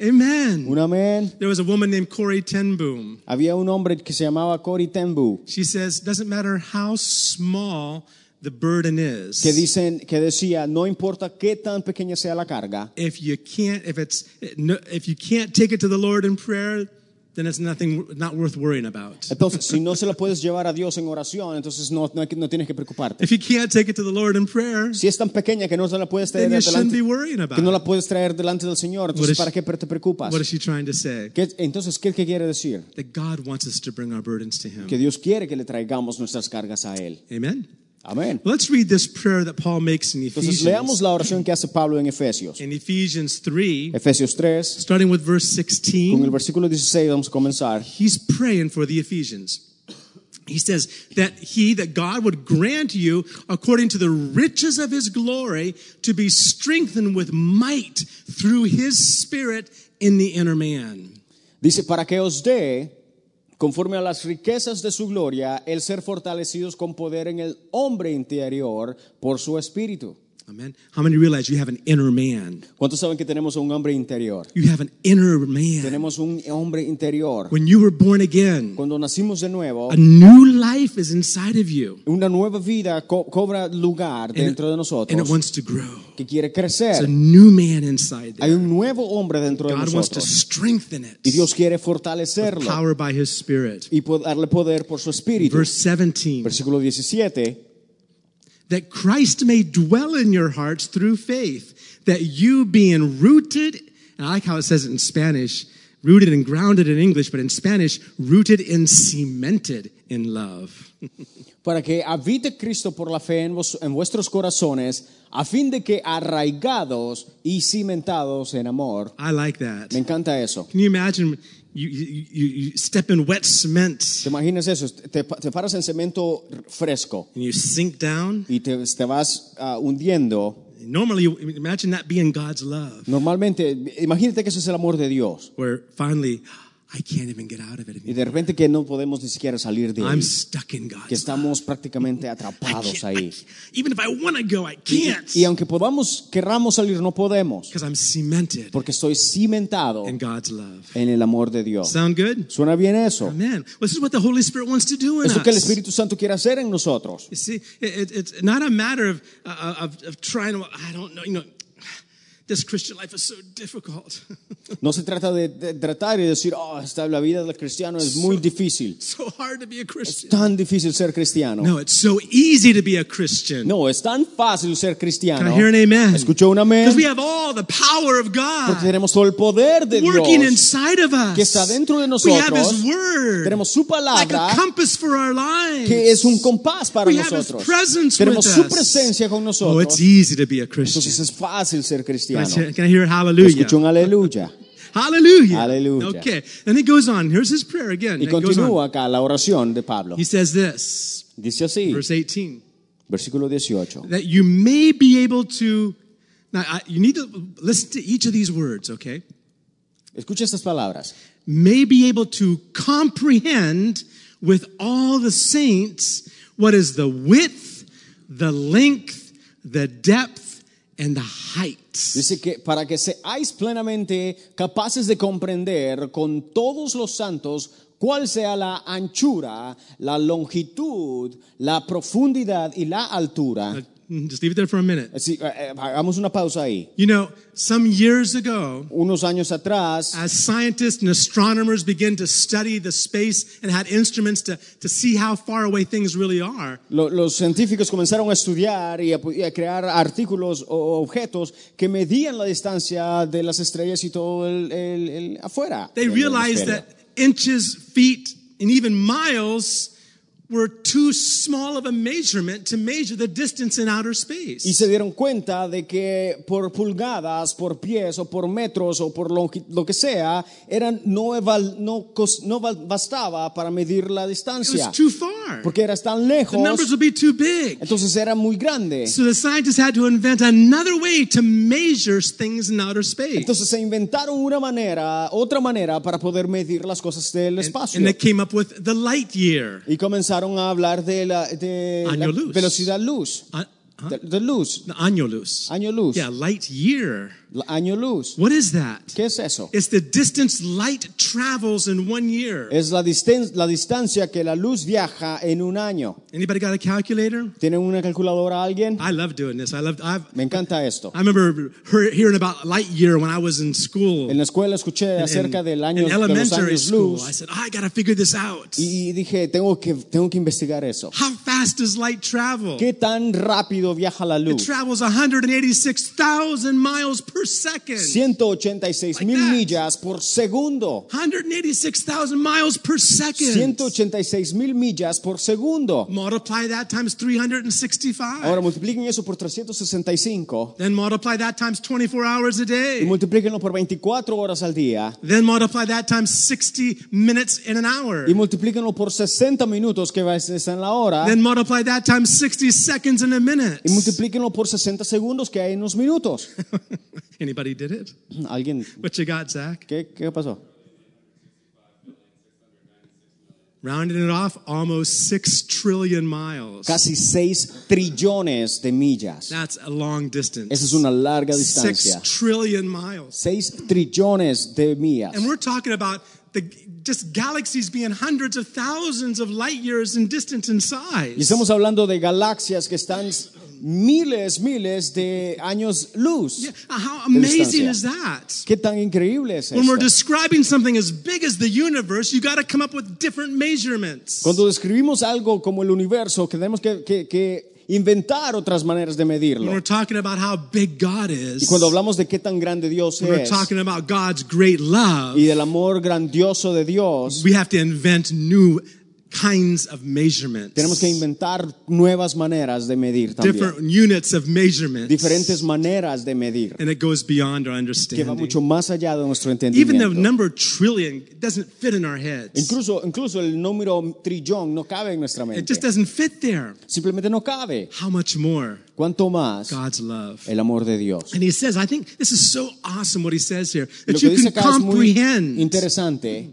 Speaker 3: Amen.
Speaker 4: Un amén.
Speaker 3: There was a woman named Corey Tenboom.
Speaker 4: Había un hombre que se llamaba Cory Tenbu
Speaker 3: She says, doesn't matter how small the burden is.
Speaker 4: que dicen que decía, no importa qué tan pequeña sea la carga,
Speaker 3: if you can't if it's no- if you can't take it to the lord in prayer then it's nothing not worth worrying about
Speaker 4: entonces si no se la puedes llevar a Dios en oración, entonces no, no, hay que- no tienes que preocuparte.
Speaker 3: if you can't take it to the lord in prayer
Speaker 4: Si es tan pequeña que no se la puedes traer
Speaker 3: then you shouldn't be
Speaker 4: delante,
Speaker 3: worrying about
Speaker 4: que no
Speaker 3: it
Speaker 4: la puedes traer delante del Señor,
Speaker 3: What
Speaker 4: entonces
Speaker 3: is-
Speaker 4: ¿para qué te preocupas?
Speaker 3: what is she trying to say
Speaker 4: ¿Qué- entonces, ¿qué, ¿qué quiere decir?
Speaker 3: that god wants us to bring our burdens to him
Speaker 4: Que Dios quiere que le traigamos nuestras cargas a Él.
Speaker 3: amen
Speaker 4: Amén.
Speaker 3: let's read this prayer that paul makes in
Speaker 4: Entonces leamos
Speaker 3: ephesians
Speaker 4: la oración que hace Pablo en Efesios.
Speaker 3: in ephesians 3
Speaker 4: Efesios 3,
Speaker 3: starting with verse
Speaker 4: con el
Speaker 3: 16
Speaker 4: versículo 16 vamos a comenzar.
Speaker 3: he's praying for the ephesians he says that he that god would grant you according to the riches of his glory to be strengthened with might through his spirit in the inner man
Speaker 4: Dice, para que os dé, conforme a las riquezas de su gloria, el ser fortalecidos con poder en el hombre interior por su espíritu.
Speaker 3: amen how many realize you have an inner man
Speaker 4: ¿Cuántos saben que tenemos un hombre interior?
Speaker 3: you have an inner man
Speaker 4: Tenemos un hombre interior.
Speaker 3: when you were born again
Speaker 4: Cuando nacimos de nuevo,
Speaker 3: a new life is inside of you
Speaker 4: una nueva vida co- cobra lugar
Speaker 3: and
Speaker 4: dentro de
Speaker 3: it, and it
Speaker 4: nosotros
Speaker 3: wants to grow
Speaker 4: que quiere
Speaker 3: it's a
Speaker 4: crecer.
Speaker 3: new man inside
Speaker 4: Hay
Speaker 3: there
Speaker 4: un nuevo hombre dentro de
Speaker 3: god wants to
Speaker 4: nosotros
Speaker 3: strengthen it
Speaker 4: y Dios quiere
Speaker 3: with
Speaker 4: fortalecerlo
Speaker 3: power by his spirit
Speaker 4: y po- darle poder por su espíritu.
Speaker 3: verse 17
Speaker 4: Versículo 17.
Speaker 3: that Christ may dwell in your hearts through faith, that you being rooted, and I like how it says it in Spanish, rooted and grounded in English, but in Spanish, rooted and cemented in love.
Speaker 4: para que habite Cristo por la fe en, vos- en vuestros corazones, a fin de que arraigados y cimentados en amor.
Speaker 3: I like that.
Speaker 4: Me encanta eso.
Speaker 3: Can you imagine you, you, you, you step in wet cement
Speaker 4: ¿Te imaginas eso? Te, pa- te paras en cemento fresco
Speaker 3: and you sink down.
Speaker 4: y te, te vas ah, hundiendo.
Speaker 3: Normally, imagine that being God's love,
Speaker 4: Normalmente, imagínate que eso es el amor de Dios.
Speaker 3: where finally, I can't even get out of it
Speaker 4: Y
Speaker 3: anymore.
Speaker 4: de repente que no podemos ni siquiera salir de ahí.
Speaker 3: I'm stuck in
Speaker 4: Que
Speaker 3: God's love.
Speaker 4: estamos prácticamente
Speaker 3: I
Speaker 4: atrapados
Speaker 3: can't- I
Speaker 4: ahí.
Speaker 3: can't- even if I want to go, I
Speaker 4: Y,
Speaker 3: can't
Speaker 4: y aunque podamos, querramos salir, no podemos.
Speaker 3: because I'm cemented
Speaker 4: Porque estoy cimentado
Speaker 3: in God's love.
Speaker 4: en el amor de Dios.
Speaker 3: Sound good?
Speaker 4: ¿Suena bien eso?
Speaker 3: Amen. Well, this is what the Holy Spirit wants to do in
Speaker 4: Es lo que el
Speaker 3: us.
Speaker 4: Espíritu Santo quiere hacer en nosotros.
Speaker 3: You see, it, it- it's not a matter of, uh, of, of trying to, I don't know, you know, this Christian life is so difficult.
Speaker 4: No se trata de, de tratar y decir, oh, esta, la vida del cristiano es muy difícil.
Speaker 3: so hard to be a
Speaker 4: Es
Speaker 3: Christian.
Speaker 4: tan difícil ser cristiano.
Speaker 3: No, it's so easy to be a Christian.
Speaker 4: No, es tan fácil ser cristiano.
Speaker 3: Can I hear an amen?
Speaker 4: Escuchó un amén.
Speaker 3: Because we have all the power of
Speaker 4: Porque
Speaker 3: God
Speaker 4: tenemos todo el poder de
Speaker 3: working
Speaker 4: Dios
Speaker 3: inside of us.
Speaker 4: que está dentro de
Speaker 3: We have
Speaker 4: nosotros.
Speaker 3: His Word.
Speaker 4: Tenemos su
Speaker 3: like a
Speaker 4: palabra
Speaker 3: compass for our lives.
Speaker 4: que es un compás para
Speaker 3: We have His
Speaker 4: nosotros.
Speaker 3: presence
Speaker 4: Tenemos
Speaker 3: with
Speaker 4: su
Speaker 3: us.
Speaker 4: presencia con
Speaker 3: Oh, it's
Speaker 4: nosotros.
Speaker 3: easy to be a Christian.
Speaker 4: Entonces es fácil ser
Speaker 3: Can I
Speaker 4: cristiano.
Speaker 3: hear- can I hear hallelujah?
Speaker 4: Escuchó un aleluya.
Speaker 3: Hallelujah.
Speaker 4: Hallelujah.
Speaker 3: Okay. Then he goes on. Here's his prayer again.
Speaker 4: Y
Speaker 3: It goes on.
Speaker 4: continúa acá la oración de Pablo.
Speaker 3: He says this,
Speaker 4: Dice así,
Speaker 3: verse 18,
Speaker 4: versículo 18.
Speaker 3: that you may be able to. Now, I, you need to listen to each of these words, okay?
Speaker 4: Escucha estas palabras.
Speaker 3: May be able to comprehend with all the saints what is the width, the length, the depth, and the height.
Speaker 4: Dice que para que seáis plenamente capaces de comprender con todos los santos cuál sea la anchura, la longitud, la profundidad y la altura.
Speaker 3: Uh, Just leave it there for a minute.
Speaker 4: Así, eh, eh, hagamos una pausa ahí.
Speaker 3: You know, some years ago,
Speaker 4: Unos años atrás,
Speaker 3: as scientists and astronomers begin to study the space and had instruments to, to see how far away things really are,
Speaker 4: lo- los científicos comenzaron a estudiar y a, pu- y a crear artículos o objetos que medían la distancia de las estrellas y todo el, el- el afuera.
Speaker 3: they
Speaker 4: del
Speaker 3: realized
Speaker 4: hemisferio.
Speaker 3: that inches, feet, and even miles were too small of a measurement to measure the distance in outer
Speaker 4: Y
Speaker 3: space.
Speaker 4: se dieron cuenta de que por pulgadas, por pies o por metros o por longi- lo que sea, eran, no, eval- no, cos- no val- bastaba para medir la
Speaker 3: It was
Speaker 4: distancia.
Speaker 3: too far.
Speaker 4: Porque eras tan
Speaker 3: The numbers
Speaker 4: lejos,
Speaker 3: would be too big.
Speaker 4: entonces era muy grande.
Speaker 3: So the scientists had to invent another way to measure things in outer space.
Speaker 4: Entonces se inventaron una manera, otra manera para poder medir las cosas del espacio.
Speaker 3: And they came up with the light year.
Speaker 4: Y comenzaron a hablar de la, de
Speaker 3: Año
Speaker 4: la
Speaker 3: luz.
Speaker 4: velocidad luz,
Speaker 3: Uh, huh?
Speaker 4: de, de luz,
Speaker 3: The año luz.
Speaker 4: año luz,
Speaker 3: Yeah, light year.
Speaker 4: la- año luz.
Speaker 3: What is that?
Speaker 4: ¿Qué es eso?
Speaker 3: It's the distance light travels in one year.
Speaker 4: Es la, disten- la distancia que la luz viaja en un año.
Speaker 3: Anybody got a calculator?
Speaker 4: ¿Tienen una calculadora alguien?
Speaker 3: I love doing this. I love. I've,
Speaker 4: Me encanta esto.
Speaker 3: I remember hear- hearing about light year when I was in school.
Speaker 4: En la escuela escuché
Speaker 3: In-
Speaker 4: acerca
Speaker 3: in-
Speaker 4: del año
Speaker 3: in
Speaker 4: de los
Speaker 3: elementary
Speaker 4: años
Speaker 3: school, I
Speaker 4: luz
Speaker 3: said, "Ah, I gotta figure this out.
Speaker 4: y y dije, tengo que, tengo que investigar eso.
Speaker 3: How fast does light travel?
Speaker 4: ¿Qué tan rápido viaja la
Speaker 3: It
Speaker 4: luz?
Speaker 3: travels 186,000 miles per second.
Speaker 4: 186
Speaker 3: Like
Speaker 4: mil
Speaker 3: that.
Speaker 4: millas por segundo.
Speaker 3: 186,000 miles per second.
Speaker 4: 186 mil millas por segundo.
Speaker 3: Multiply that times 365.
Speaker 4: Ahora multipliquen eso por 365
Speaker 3: Then multiply that times 24 hours a
Speaker 4: y
Speaker 3: day.
Speaker 4: multiplíquenlo por 24 horas al día
Speaker 3: Then multiply that times 60 minutes in an hour.
Speaker 4: y multiplíquenlo por 60 minutos que va a estar en la hora
Speaker 3: Then multiply that times 60 seconds in a minute.
Speaker 4: y multiplíquenlo por 60 segundos que hay en unos minutos.
Speaker 3: Anybody did it?
Speaker 4: ¿Alguien?
Speaker 3: What you got, Zach?
Speaker 4: ¿Qué, qué pasó?
Speaker 3: Rounding it off, almost 6 trillion miles.
Speaker 4: casi 6 trillones de millas.
Speaker 3: That's a long distance.
Speaker 4: Esa es una larga
Speaker 3: 6
Speaker 4: distancia.
Speaker 3: trillion miles.
Speaker 4: 6 trillones de millas.
Speaker 3: And we're talking about the just galaxies being hundreds of thousands of light years in distance and size.
Speaker 4: Y estamos hablando de galaxias que están miles, miles de años luz.
Speaker 3: Yeah, How amazing
Speaker 4: distancia.
Speaker 3: is that?
Speaker 4: Qué tan increíble es
Speaker 3: When we're
Speaker 4: esto.
Speaker 3: describing something as big as the universe, you got to come up with different measurements.
Speaker 4: Cuando describimos algo como el universo, que tenemos que, que- que inventar otras maneras de
Speaker 3: When we're
Speaker 4: medirlo.
Speaker 3: talking about how big God
Speaker 4: Y
Speaker 3: is,
Speaker 4: cuando
Speaker 3: when
Speaker 4: hablamos de qué tan grande Dios
Speaker 3: we're
Speaker 4: es
Speaker 3: talking about God's great love,
Speaker 4: y del amor grandioso de Dios,
Speaker 3: we have to invent new kinds of measurements,
Speaker 4: Tenemos que inventar nuevas maneras de medir también.
Speaker 3: different units of measurements,
Speaker 4: Diferentes maneras de medir.
Speaker 3: and it goes beyond our
Speaker 4: Que va
Speaker 3: understanding.
Speaker 4: mucho más allá de nuestro
Speaker 3: Even the
Speaker 4: entendimiento.
Speaker 3: number trillion doesn't fit in our heads.
Speaker 4: Incluso, incluso el número trillón no cabe en nuestra
Speaker 3: It
Speaker 4: mente.
Speaker 3: just doesn't fit there.
Speaker 4: Simplemente no cabe.
Speaker 3: How much more
Speaker 4: Cuanto más
Speaker 3: God's love?
Speaker 4: el amor de Dios.
Speaker 3: And he says, I think this is so awesome what he says here
Speaker 4: Lo
Speaker 3: that
Speaker 4: que
Speaker 3: you
Speaker 4: dice
Speaker 3: can
Speaker 4: acá es muy
Speaker 3: comprehend.
Speaker 4: interesante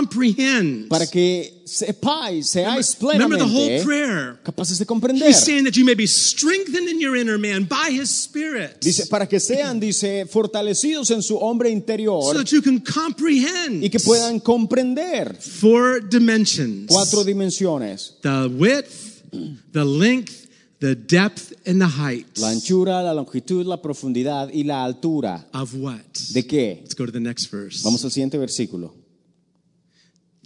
Speaker 3: Comprehend.
Speaker 4: para que sepáis, seáis
Speaker 3: Remember the whole
Speaker 4: plenamente
Speaker 3: prayer.
Speaker 4: capaces de comprender.
Speaker 3: He's saying that you may be strengthened in your inner man by his spirit.
Speaker 4: Dice, para que sean, dice, fortalecidos en su hombre
Speaker 3: so
Speaker 4: interior
Speaker 3: that you can comprehend
Speaker 4: y que puedan comprender
Speaker 3: four dimensions
Speaker 4: cuatro dimensiones.
Speaker 3: the width, the length, the depth, and the height.
Speaker 4: La anchura, la longitud, la profundidad y la altura.
Speaker 3: Of what?
Speaker 4: ¿De qué?
Speaker 3: Let's go to the next verse.
Speaker 4: Vamos al siguiente versículo.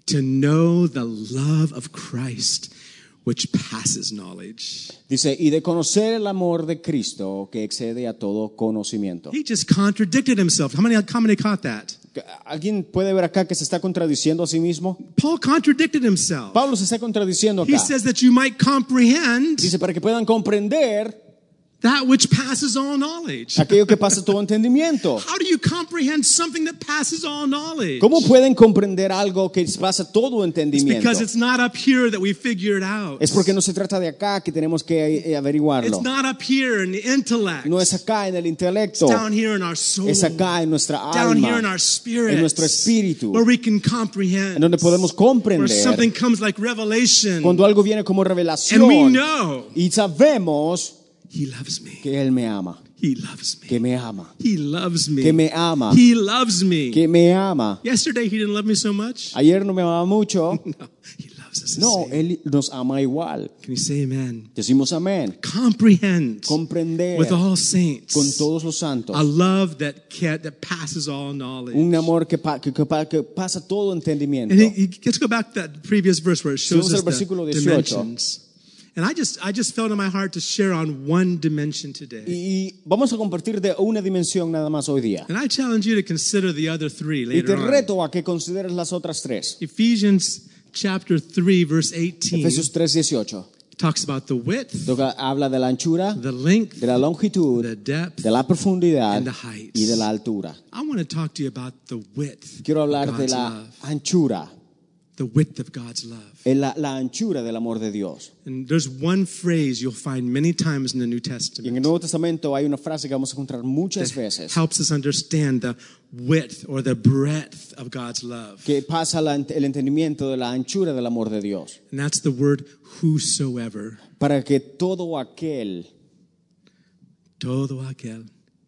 Speaker 3: To know the love of Christ, which passes knowledge.
Speaker 4: Dice, y de conocer el amor de Cristo que excede a todo conocimiento.
Speaker 3: He just contradicted himself. How many, how many caught that?
Speaker 4: ¿Alguien puede ver acá que se está contradiciendo a sí mismo?
Speaker 3: Paul contradicted himself.
Speaker 4: Pablo se está contradiciendo
Speaker 3: He
Speaker 4: acá.
Speaker 3: says that you might comprehend
Speaker 4: Dice, para que puedan comprender
Speaker 3: that which passes all knowledge.
Speaker 4: aquello que pasa todo entendimiento.
Speaker 3: How do you comprehend something that passes all knowledge?
Speaker 4: ¿Cómo pueden comprender algo que pasa
Speaker 3: It's
Speaker 4: todo entendimiento?
Speaker 3: because it's not up here that we figure it out.
Speaker 4: Es porque no se trata de acá que tenemos que eh, averiguarlo.
Speaker 3: It's not up here in the intellect.
Speaker 4: No es acá en el intelecto,
Speaker 3: It's down here in our soul.
Speaker 4: es acá en nuestra
Speaker 3: down here in
Speaker 4: alma,
Speaker 3: our spirit.
Speaker 4: en nuestro espíritu.
Speaker 3: Where we can comprehend.
Speaker 4: en donde podemos
Speaker 3: where something
Speaker 4: comprender
Speaker 3: comes like revelation.
Speaker 4: cuando algo viene como
Speaker 3: and we
Speaker 4: revelación
Speaker 3: know
Speaker 4: y sabemos
Speaker 3: he loves me.
Speaker 4: que Él me ama,
Speaker 3: He loves me.
Speaker 4: que me ama,
Speaker 3: he loves me.
Speaker 4: que me ama,
Speaker 3: he loves me.
Speaker 4: que me ama.
Speaker 3: Yesterday he didn't love me so much.
Speaker 4: Ayer no me amaba mucho,
Speaker 3: No, he loves us. the
Speaker 4: no, eh.
Speaker 3: same.
Speaker 4: Él nos ama igual.
Speaker 3: Can you say amen?
Speaker 4: Decimos amén,
Speaker 3: Comprehend
Speaker 4: comprender
Speaker 3: with all saints
Speaker 4: con todos los santos.
Speaker 3: a love that can, that passes all knowledge.
Speaker 4: Un amor que, pa- que- que pa- que pasa todo entendimiento.
Speaker 3: And he, he- let's go back to that previous verse where it shows
Speaker 4: Vamos al
Speaker 3: us the
Speaker 4: versículo 18.
Speaker 3: dimensions. And I just I just felt in my heart to share on one dimension today.
Speaker 4: Y vamos a compartir de una dimensión nada más hoy día.
Speaker 3: And I challenge you to consider the other three
Speaker 4: Y te
Speaker 3: later on.
Speaker 4: reto a que consideres las otras tres.
Speaker 3: Ephesians chapter 3 verse 18
Speaker 4: Efesios 3:18
Speaker 3: talks about the width,
Speaker 4: Toca- habla de la anchura,
Speaker 3: the length,
Speaker 4: de la longitud,
Speaker 3: the depth.
Speaker 4: de la profundidad
Speaker 3: and the height.
Speaker 4: y de la altura.
Speaker 3: I want to talk to you about the width
Speaker 4: Quiero
Speaker 3: of
Speaker 4: hablar de
Speaker 3: God's
Speaker 4: la
Speaker 3: love.
Speaker 4: anchura,
Speaker 3: The width of God's love.
Speaker 4: eh, la, la anchura del amor de Dios.
Speaker 3: And there's one phrase you'll find many times in the New
Speaker 4: Y en
Speaker 3: Testament
Speaker 4: el Nuevo Testamento hay una frase que vamos a encontrar muchas
Speaker 3: that
Speaker 4: veces
Speaker 3: helps us understand the width or the breadth of God's love.
Speaker 4: que pasa la- el entendimiento de la anchura del amor de Dios.
Speaker 3: And that's the word whosoever.
Speaker 4: Para que todo aquel
Speaker 3: Todo aquel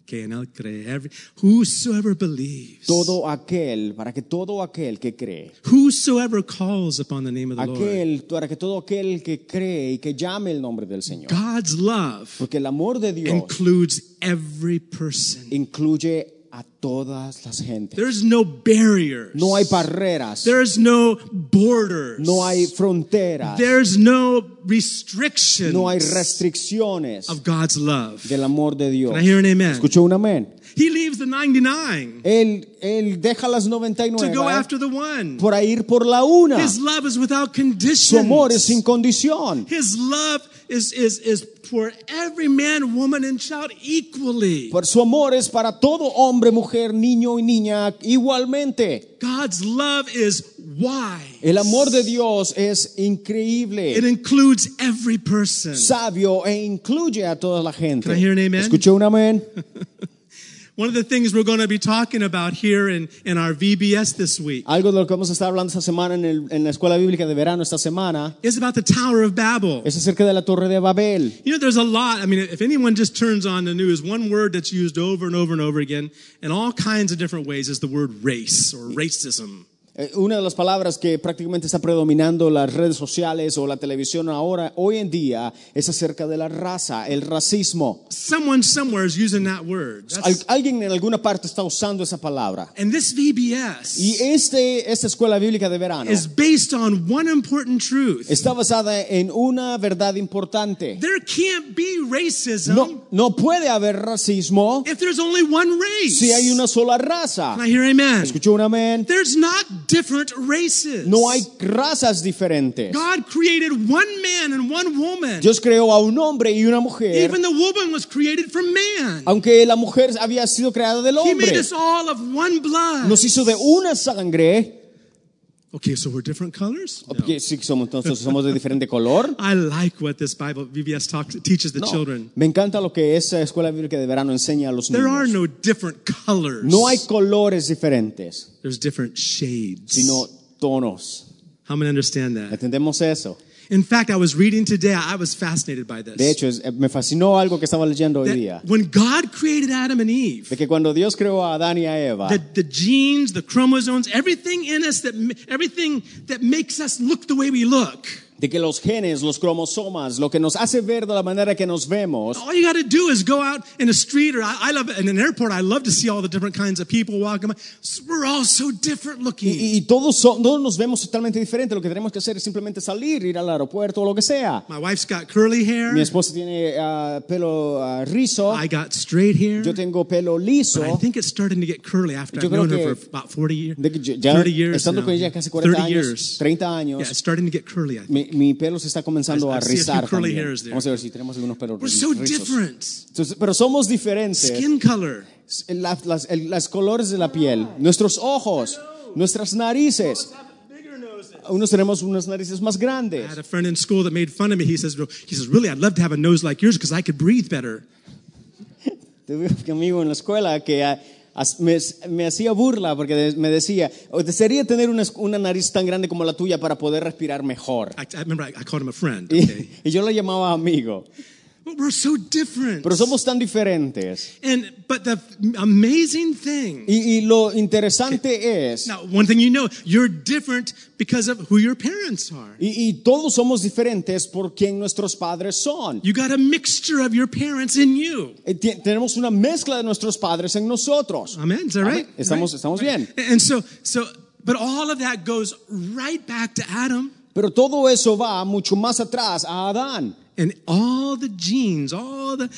Speaker 3: que en él cree. Every, whosoever believes.
Speaker 4: todo aquel, para que todo aquel que cree,
Speaker 3: Whosoever calls upon the name of the Lord.
Speaker 4: aquel, para que todo aquel que cree y que llame el nombre del Señor.
Speaker 3: God's love
Speaker 4: Porque el amor de Dios
Speaker 3: includes every person.
Speaker 4: incluye a todas las gentes.
Speaker 3: There's no barriers.
Speaker 4: No hay barreras,
Speaker 3: There's no borders.
Speaker 4: no hay fronteras,
Speaker 3: There's no restrictions
Speaker 4: no hay restricciones
Speaker 3: of God's love.
Speaker 4: del amor de Dios.
Speaker 3: Can I hear an amen?
Speaker 4: Escuchó un amén.
Speaker 3: He leaves the 99
Speaker 4: Él, él deja las
Speaker 3: to
Speaker 4: 99
Speaker 3: go after the one.
Speaker 4: ¿eh? por a ir por la una.
Speaker 3: His love is without
Speaker 4: Su amor
Speaker 3: conditions.
Speaker 4: es sin condición.
Speaker 3: His love is, is, is for every man, woman, and child equally.
Speaker 4: Por su amor es para todo hombre, mujer, niño y niña igualmente.
Speaker 3: God's love is wide.
Speaker 4: El amor de Dios es
Speaker 3: It
Speaker 4: increíble,
Speaker 3: includes every person.
Speaker 4: sabio e incluye a toda la gente.
Speaker 3: Can I hear an amen?
Speaker 4: Escuchó un amén.
Speaker 3: One of the things we're going to be talking about here in, in our VBS this week
Speaker 4: Algo de lo que vamos a estar hablando esta semana en, el- en la escuela bíblica de verano esta semana
Speaker 3: is about the Tower of Babel.
Speaker 4: es acerca de la Torre de Babel.
Speaker 3: You know, there's a lot. I mean, if anyone just turns on the news, one word that's used over and over and over again in all kinds of different ways is the word race or racism.
Speaker 4: Eh, Una de las palabras que prácticamente está predominando las redes sociales o la televisión ahora, hoy en día, es acerca de la raza, el racismo.
Speaker 3: Someone somewhere is using that word.
Speaker 4: Al-
Speaker 3: That's-
Speaker 4: alguien en alguna parte está usando esa palabra.
Speaker 3: and this
Speaker 4: Y
Speaker 3: VBS
Speaker 4: este, esta escuela bíblica de verano
Speaker 3: is based on one important truth.
Speaker 4: está basada en una verdad importante.
Speaker 3: There can't be racism
Speaker 4: No, no puede haber racismo
Speaker 3: if there's only one race.
Speaker 4: si hay una sola
Speaker 3: Can
Speaker 4: raza.
Speaker 3: I hear amen?
Speaker 4: Escuchó un amén.
Speaker 3: There's not not different races.
Speaker 4: No hay razas diferentes.
Speaker 3: God created one man and one woman.
Speaker 4: Dios creó a un hombre y una mujer,
Speaker 3: Even the woman was created from man.
Speaker 4: aunque la mujer había sido creada del
Speaker 3: He made
Speaker 4: hombre.
Speaker 3: us all of one blood.
Speaker 4: Nos hizo de una sangre.
Speaker 3: Okay, so we're different colors? No.
Speaker 4: Porque sí que somos, entonces somos de diferente color.
Speaker 3: I like what this Bible VBS talks teaches the
Speaker 4: No,
Speaker 3: children.
Speaker 4: Me encanta lo que esa escuela bíblica de verano enseña a los
Speaker 3: There are
Speaker 4: niños.
Speaker 3: no different colors.
Speaker 4: No hay colores diferentes,
Speaker 3: There's different shades.
Speaker 4: sino tonos.
Speaker 3: How many understand that?
Speaker 4: ¿Entendemos eso?
Speaker 3: In fact, I was reading today. I was fascinated by this.
Speaker 4: De hecho, es- me fascinó algo que estaba leyendo hoy
Speaker 3: That
Speaker 4: día.
Speaker 3: when God created Adam and Eve,
Speaker 4: De que cuando Dios creó a Adán y a Eva,
Speaker 3: the, the genes, the chromosomes, everything in us that ma- everything that makes us look the way we look.
Speaker 4: de que los genes, los cromosomas, lo que nos hace ver de la manera que nos vemos,
Speaker 3: All you got to do is go out in a street, or I, I love in an airport. I love to see all the different kinds of people walking. by. So We're all so different looking.
Speaker 4: y, y todos, son- todos nos vemos totalmente diferentes. Lo que tenemos que hacer es simplemente salir, ir al aeropuerto o lo que sea.
Speaker 3: My wife's got curly hair.
Speaker 4: Mi esposa tiene ah, pelo ah, rizo,
Speaker 3: I got straight hair.
Speaker 4: yo tengo pelo liso.
Speaker 3: But I think it's starting to get curly after
Speaker 4: Yo
Speaker 3: I've
Speaker 4: creo
Speaker 3: known her
Speaker 4: que-
Speaker 3: for about 40 years.
Speaker 4: De que yo- ya
Speaker 3: 30 years
Speaker 4: estando
Speaker 3: now.
Speaker 4: con ella casi 40 años,
Speaker 3: years.
Speaker 4: 30 años,
Speaker 3: Yeah, it's starting to get curly. I think.
Speaker 4: mi, mi pelo se está comenzando
Speaker 3: I- I
Speaker 4: a
Speaker 3: see a few
Speaker 4: rizar
Speaker 3: curly
Speaker 4: también.
Speaker 3: hairs there.
Speaker 4: Vamos a ver si tenemos algunos pelos
Speaker 3: We're so
Speaker 4: rizos.
Speaker 3: different.
Speaker 4: Entonces, pero somos diferentes.
Speaker 3: Skin color.
Speaker 4: La- las, el- las colores de la piel, nuestros ojos, nuestras narices. Unos tenemos unas narices más
Speaker 3: I had
Speaker 4: grandes.
Speaker 3: a friend in school that made fun of me. He says, he says, really, I'd love to have a nose like yours because I could breathe better.
Speaker 4: Tuve un amigo en la escuela que ah, as- me, me hacía burla porque de- me decía, "O te sería tener una, es- una nariz tan grande como la tuya para poder respirar mejor.
Speaker 3: I, I remember I, I called him a friend.
Speaker 4: Y,
Speaker 3: Okay?
Speaker 4: y yo le llamaba amigo.
Speaker 3: but we're so different.
Speaker 4: Pero somos tan diferentes.
Speaker 3: And but the amazing thing.
Speaker 4: Y, y lo interesante es,
Speaker 3: Now, one thing you know, you're different because of who your parents are.
Speaker 4: y, y todos somos diferentes por quien nuestros padres son.
Speaker 3: You got a mixture of your parents in you.
Speaker 4: Eh, ti- Tenemos una mezcla de nuestros padres en nosotros.
Speaker 3: Amen. Is that
Speaker 4: Amén.
Speaker 3: right?
Speaker 4: Estamos-
Speaker 3: Right?
Speaker 4: estamos
Speaker 3: Right.
Speaker 4: bien.
Speaker 3: And so, so, but all of that goes right back to Adam.
Speaker 4: Pero todo eso va mucho más atrás a Adán.
Speaker 3: And all the genes, all the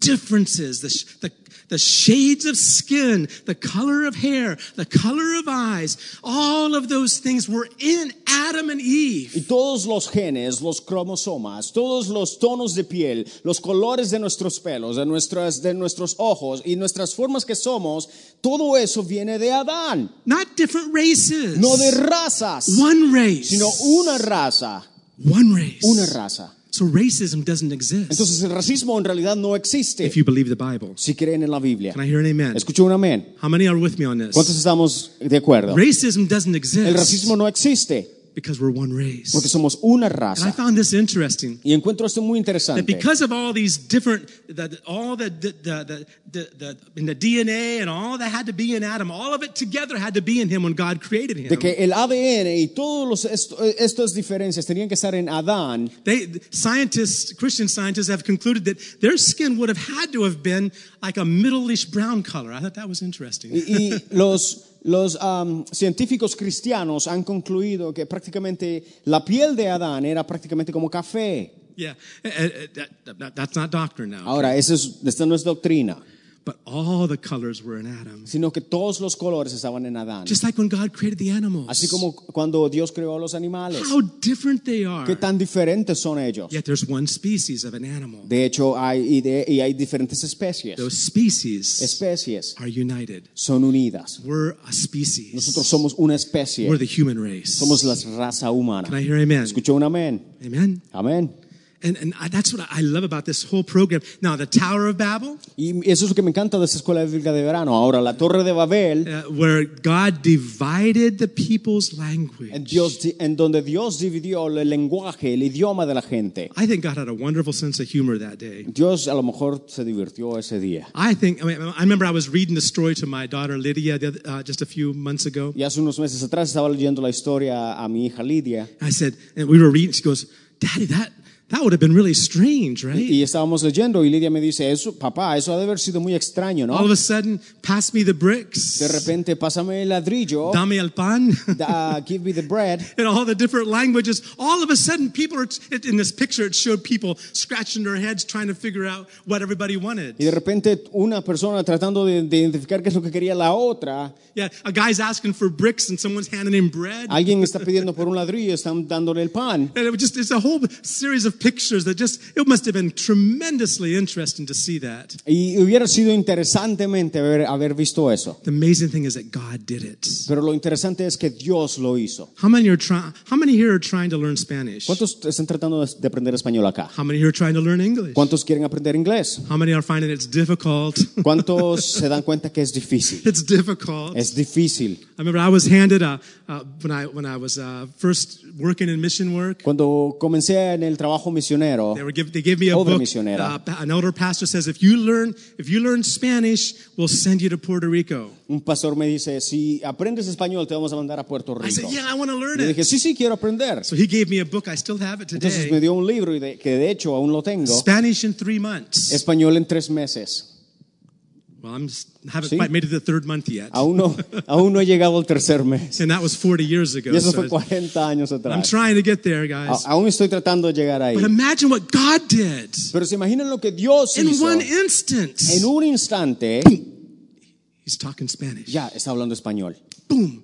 Speaker 3: differences, the, sh- the, the shades of skin, the color of hair, the color of eyes, all of those things were in Adam and Eve.
Speaker 4: Y todos los genes, los cromosomas, todos los tonos de piel, los colores de nuestros pelos, de, nuestras, de nuestros ojos y nuestras formas que somos, todo eso viene de Adán,
Speaker 3: Not different races.
Speaker 4: no de razas,
Speaker 3: One race.
Speaker 4: sino una raza,
Speaker 3: One race.
Speaker 4: una raza.
Speaker 3: So racism doesn't exist.
Speaker 4: Entonces el racismo en realidad no existe
Speaker 3: if you believe the Bible.
Speaker 4: si creen en la Biblia.
Speaker 3: Can I hear an amen?
Speaker 4: Escucho un amén.
Speaker 3: How many are with me on this?
Speaker 4: ¿Cuántos estamos de acuerdo?
Speaker 3: Racism doesn't exist.
Speaker 4: El racismo no existe
Speaker 3: because we're one race.
Speaker 4: porque somos una
Speaker 3: And I
Speaker 4: raza.
Speaker 3: found this interesting.
Speaker 4: Y encuentro esto
Speaker 3: that
Speaker 4: muy interesante.
Speaker 3: because of all these different, the, the- all the the, the, the, the, in the DNA and all that had to be in Adam, all of it together had to be in him when God created him.
Speaker 4: de que el ADN y todas eh, estas diferencias tenían que estar en Adán,
Speaker 3: They, scientists, Christian scientists have concluded that their skin would have had to have been like a middle-ish brown color. I thought that was interesting.
Speaker 4: y, y los, los am, científicos cristianos han concluido que prácticamente la piel de Adán era prácticamente como café.
Speaker 3: Yeah, Eh, eh, that- that- that's not doctrine now.
Speaker 4: Ahora, eso es, esta no es doctrina,
Speaker 3: But all the colors were in Adam.
Speaker 4: sino que todos los colores estaban en Adán.
Speaker 3: Just like when God created the animals.
Speaker 4: Así como cuando Dios creó a los animales,
Speaker 3: How different they are.
Speaker 4: qué tan diferentes son ellos.
Speaker 3: Yet there's one species of an animal.
Speaker 4: De hecho, hay, y, de- y hay diferentes especies.
Speaker 3: Those species
Speaker 4: Especies
Speaker 3: are united.
Speaker 4: son unidas.
Speaker 3: We're a species.
Speaker 4: Nosotros somos una especie.
Speaker 3: We're the human race.
Speaker 4: Somos la raza humana.
Speaker 3: Can I hear amen?
Speaker 4: Escuchó un amén.
Speaker 3: Amen.
Speaker 4: Amén.
Speaker 3: And, and I, that's what I love about this whole program. Now, the Tower of Babel,
Speaker 4: Y eso es lo que me encanta de esta escuela bíblica de verano. Ahora, la Torre de Babel,
Speaker 3: uh, where God divided the people's language.
Speaker 4: en, Dios, di- en donde Dios dividió el lenguaje, el idioma de la gente.
Speaker 3: I think God had a wonderful sense of humor that day.
Speaker 4: Dios a lo mejor se divirtió ese día.
Speaker 3: I think, I, mean, I remember I was reading the story to my daughter Lydia the other, uh, just a few months ago.
Speaker 4: Y hace unos meses atrás estaba leyendo la historia a mi hija Lidia.
Speaker 3: I said, and we were reading, she goes, Daddy, that, That would have been really strange, right?
Speaker 4: Y estábamos leyendo y Lidia me dice, eso, papá, eso ha de haber sido muy extraño,
Speaker 3: All
Speaker 4: ¿no?
Speaker 3: of a sudden, pass me the bricks.
Speaker 4: De repente, pásame el ladrillo,
Speaker 3: Dame el pan.
Speaker 4: da- give me the uh, bread.
Speaker 3: In all the different languages, all of a sudden, people are, it- in this picture, it showed people scratching their heads trying to figure out what everybody wanted.
Speaker 4: Y de repente una persona tratando de, de identificar qué es lo que quería la otra.
Speaker 3: Yeah, a guy's asking for bricks and someone's handing him bread.
Speaker 4: Alguien está pidiendo por un ladrillo, están dándole el pan.
Speaker 3: and it was just, it's a whole series of pictures that just, it must have been tremendously interesting to see that.
Speaker 4: Y hubiera sido interesantemente haber, haber visto eso.
Speaker 3: The amazing thing is that God did it.
Speaker 4: Pero lo interesante es que Dios lo hizo.
Speaker 3: How many are trying, how many here are trying to learn Spanish?
Speaker 4: ¿Cuántos están tratando de de aprender español acá?
Speaker 3: How many here are trying to learn English?
Speaker 4: ¿Cuántos quieren aprender inglés?
Speaker 3: How many are finding it's difficult?
Speaker 4: ¿Cuántos se dan cuenta que es difícil?
Speaker 3: it's difficult.
Speaker 4: Es difícil.
Speaker 3: I remember I was handed a, uh, when I when I was uh, first working in mission work.
Speaker 4: Cuando comencé en el trabajo misionero,
Speaker 3: They were give, they gave me a
Speaker 4: Obra
Speaker 3: book.
Speaker 4: misionera.
Speaker 3: Uh, pa- an elder pastor says, if you learn if you learn Spanish, we'll send you to Puerto Rico.
Speaker 4: un pastor me dice, si aprendes español te vamos a mandar a Puerto
Speaker 3: I
Speaker 4: Rico.
Speaker 3: said, yeah, I want to learn
Speaker 4: Le dije,
Speaker 3: it.
Speaker 4: sí, sí, quiero aprender.
Speaker 3: So he gave me a book. I still have it
Speaker 4: Entonces me
Speaker 3: today.
Speaker 4: dio un libro y de- que de hecho aún lo tengo.
Speaker 3: Spanish in three months.
Speaker 4: Español en tres meses.
Speaker 3: Well, I'm s- haven't
Speaker 4: Sí.
Speaker 3: quite made it to the third month yet,
Speaker 4: Aún no, aún no he llegado al tercer mes.
Speaker 3: and that was 40 years ago.
Speaker 4: Y eso
Speaker 3: so
Speaker 4: fue 40 años Ah,
Speaker 3: I'm
Speaker 4: atrás.
Speaker 3: trying to get there,
Speaker 4: A-
Speaker 3: guys.
Speaker 4: aún estoy tratando de llegar ahí.
Speaker 3: But imagine what God did
Speaker 4: Pero se imaginan lo que Dios
Speaker 3: in
Speaker 4: hizo.
Speaker 3: one instant.
Speaker 4: En un instante
Speaker 3: He's talking Spanish.
Speaker 4: ya está hablando español,
Speaker 3: boom,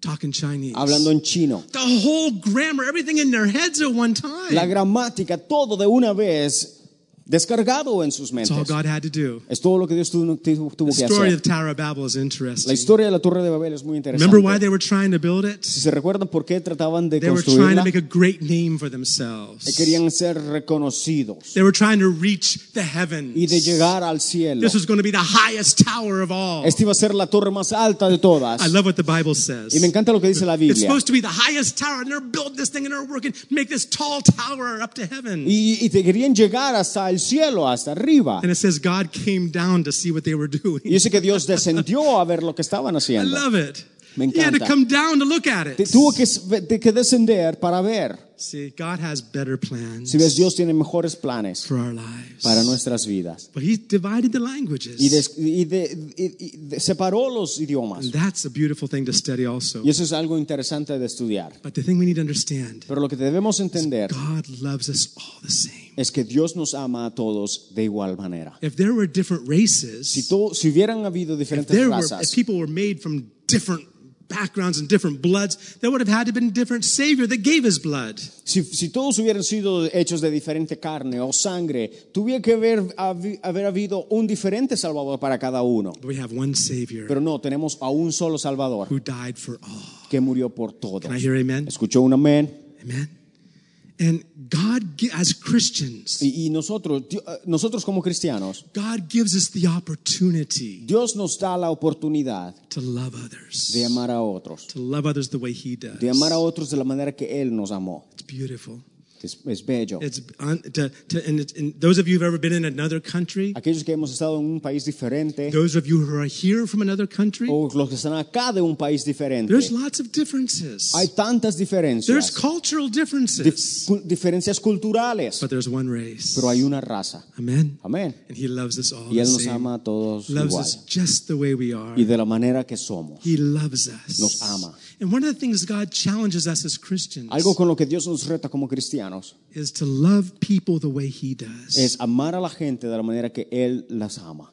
Speaker 3: talking Chinese.
Speaker 4: hablando en chino.
Speaker 3: the whole grammar, everything in their heads at one
Speaker 4: La
Speaker 3: time.
Speaker 4: gramática, todo de una vez descargado en sus
Speaker 3: That's all
Speaker 4: mentes.
Speaker 3: God had to do.
Speaker 4: Es todo lo que Dios tuvo, tuvo- tuvo
Speaker 3: The
Speaker 4: que
Speaker 3: story
Speaker 4: hacer.
Speaker 3: of Tower of Babel is
Speaker 4: La
Speaker 3: interesting.
Speaker 4: historia de la Torre de Babel es muy
Speaker 3: Remember why
Speaker 4: interesante.
Speaker 3: they were trying to build it?
Speaker 4: Si se recuerdan por qué trataban de
Speaker 3: They were trying to
Speaker 4: construirla,
Speaker 3: make a great name for
Speaker 4: eh,
Speaker 3: themselves.
Speaker 4: querían ser reconocidos
Speaker 3: They were trying to reach the heavens.
Speaker 4: y de llegar al cielo.
Speaker 3: This was going to be the highest tower of all.
Speaker 4: Esta iba a ser la torre más alta de todas.
Speaker 3: I love what the Bible
Speaker 4: Y me
Speaker 3: says.
Speaker 4: encanta lo que dice la
Speaker 3: It's
Speaker 4: Biblia.
Speaker 3: supposed to be the highest tower, and they're building this thing and they're working, make this tall tower up to heaven.
Speaker 4: Y, y te querían llegar hasta el cielo, hasta arriba.
Speaker 3: And it says God came down to see what they were doing.
Speaker 4: Y dice que Dios descendió a ver lo que estaban
Speaker 3: I
Speaker 4: haciendo.
Speaker 3: love it.
Speaker 4: Me
Speaker 3: He had to
Speaker 4: encanta.
Speaker 3: come down to look at it.
Speaker 4: Te- tuvo que, s- de- que descender para ver.
Speaker 3: See, God has better plans
Speaker 4: Si ves, Dios tiene mejores planes
Speaker 3: for our lives.
Speaker 4: para nuestras vidas.
Speaker 3: But He divided the languages.
Speaker 4: Y, des- y de- y- y de- separó los idiomas.
Speaker 3: And that's a beautiful thing to study also.
Speaker 4: Y eso es algo interesante de estudiar.
Speaker 3: But the thing we need to understand
Speaker 4: Pero lo que debemos entender
Speaker 3: God loves us all the same.
Speaker 4: es que Dios nos ama a todos de igual manera.
Speaker 3: If there were different
Speaker 4: Si,
Speaker 3: races,
Speaker 4: to- si hubieran habido
Speaker 3: if,
Speaker 4: diferentes
Speaker 3: there were, if
Speaker 4: razas,
Speaker 3: people were made from different backgrounds and different bloods, there would have had to been different Savior that gave His blood.
Speaker 4: si, si todos hubieran sido hechos de diferente carne o sangre, tuviera que haber, habi- haber habido un diferente Salvador para cada uno.
Speaker 3: But we have one Savior
Speaker 4: Pero no, tenemos a un solo Salvador
Speaker 3: who died for all.
Speaker 4: que murió por todos.
Speaker 3: Can I hear amen?
Speaker 4: Escuchó un amén.
Speaker 3: Amen. And God, gi- as Christians,
Speaker 4: Y, y nosotros, Di- eh, nosotros como cristianos,
Speaker 3: God gives us the opportunity
Speaker 4: Dios nos da la oportunidad
Speaker 3: to love others,
Speaker 4: de amar a otros,
Speaker 3: to love others the way He does.
Speaker 4: de amar a otros de la manera que Él nos amó.
Speaker 3: It's beautiful.
Speaker 4: Es, es bello.
Speaker 3: It's un, to, to, and, it's, and those of you who've ever been in another country,
Speaker 4: Aquellos que hemos estado en un país diferente
Speaker 3: those of you who are here from another country,
Speaker 4: o los que están acá de un país diferente,
Speaker 3: there's lots of differences.
Speaker 4: hay tantas
Speaker 3: There's
Speaker 4: diferencias,
Speaker 3: cultural
Speaker 4: dif-
Speaker 3: differences,
Speaker 4: cul- diferencias culturales,
Speaker 3: but there's one race.
Speaker 4: pero hay una raza.
Speaker 3: Amen.
Speaker 4: Amén.
Speaker 3: And He loves us all.
Speaker 4: Y
Speaker 3: the
Speaker 4: Él nos
Speaker 3: same.
Speaker 4: ama a todos
Speaker 3: Loves
Speaker 4: igual
Speaker 3: us just the way we are.
Speaker 4: y de la manera que somos.
Speaker 3: He loves us.
Speaker 4: Nos ama.
Speaker 3: And one of the things God challenges us as Christians
Speaker 4: Algo con lo que Dios nos reta como cristianos
Speaker 3: is to love people the way He does.
Speaker 4: es amar a la gente de la manera que Él las ama.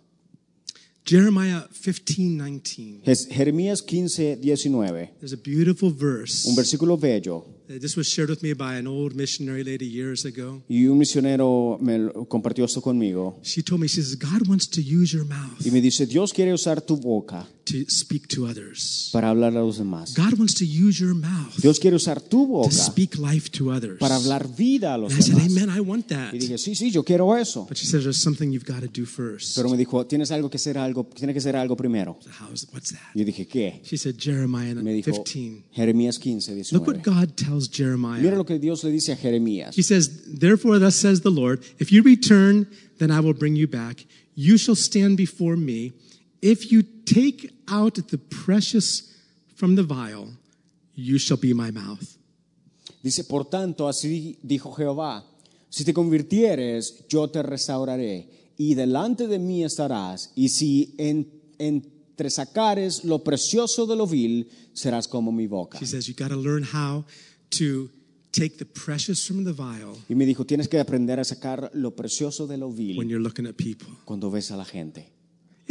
Speaker 3: Jeremiah 15 19.
Speaker 4: Es Jeremías 15, 19,
Speaker 3: There's a beautiful verse.
Speaker 4: un versículo bello,
Speaker 3: This was shared with me by an old missionary lady years ago.
Speaker 4: y un misionero me lo- compartió esto conmigo,
Speaker 3: She told me, she says, God wants to use your mouth
Speaker 4: y me dice, Dios quiere usar tu boca
Speaker 3: to speak to others.
Speaker 4: para hablar a los demás.
Speaker 3: God wants to use your mouth
Speaker 4: Dios quiere usar tu
Speaker 3: to
Speaker 4: boca
Speaker 3: speak life to others.
Speaker 4: para hablar vida a los
Speaker 3: And I said,
Speaker 4: demás.
Speaker 3: Amen, I want that.
Speaker 4: Y dije, sí, sí, yo quiero eso.
Speaker 3: But she says, there's something you've got to do first.
Speaker 4: Pero me dijo, tienes algo que hacer algo, tiene que ser algo primero.
Speaker 3: How's, what's that?
Speaker 4: Yo dije, ¿qué?
Speaker 3: She said, Jeremiah
Speaker 4: Me dijo,
Speaker 3: 15.
Speaker 4: Jeremías 15,
Speaker 3: Look what
Speaker 4: 19.
Speaker 3: God tells Jeremiah.
Speaker 4: Mira lo que Dios le dice a Jeremías.
Speaker 3: He says, Therefore, thus says the Lord, if you return, then I will bring you back. You shall stand before me. If you take out the precious from the vial, you shall be my mouth.
Speaker 4: Dice, por tanto, así dijo Jehová, Si te convirtieres, yo te restauraré, y delante de mí estarás, y si en- entresacares lo precioso de lo vil, serás como mi boca.
Speaker 3: She says, You got to learn how to take the precious from the vile
Speaker 4: Y me dijo, tienes que aprender a sacar lo precioso de lo
Speaker 3: when
Speaker 4: vil
Speaker 3: you're looking at people.
Speaker 4: cuando ves a la gente.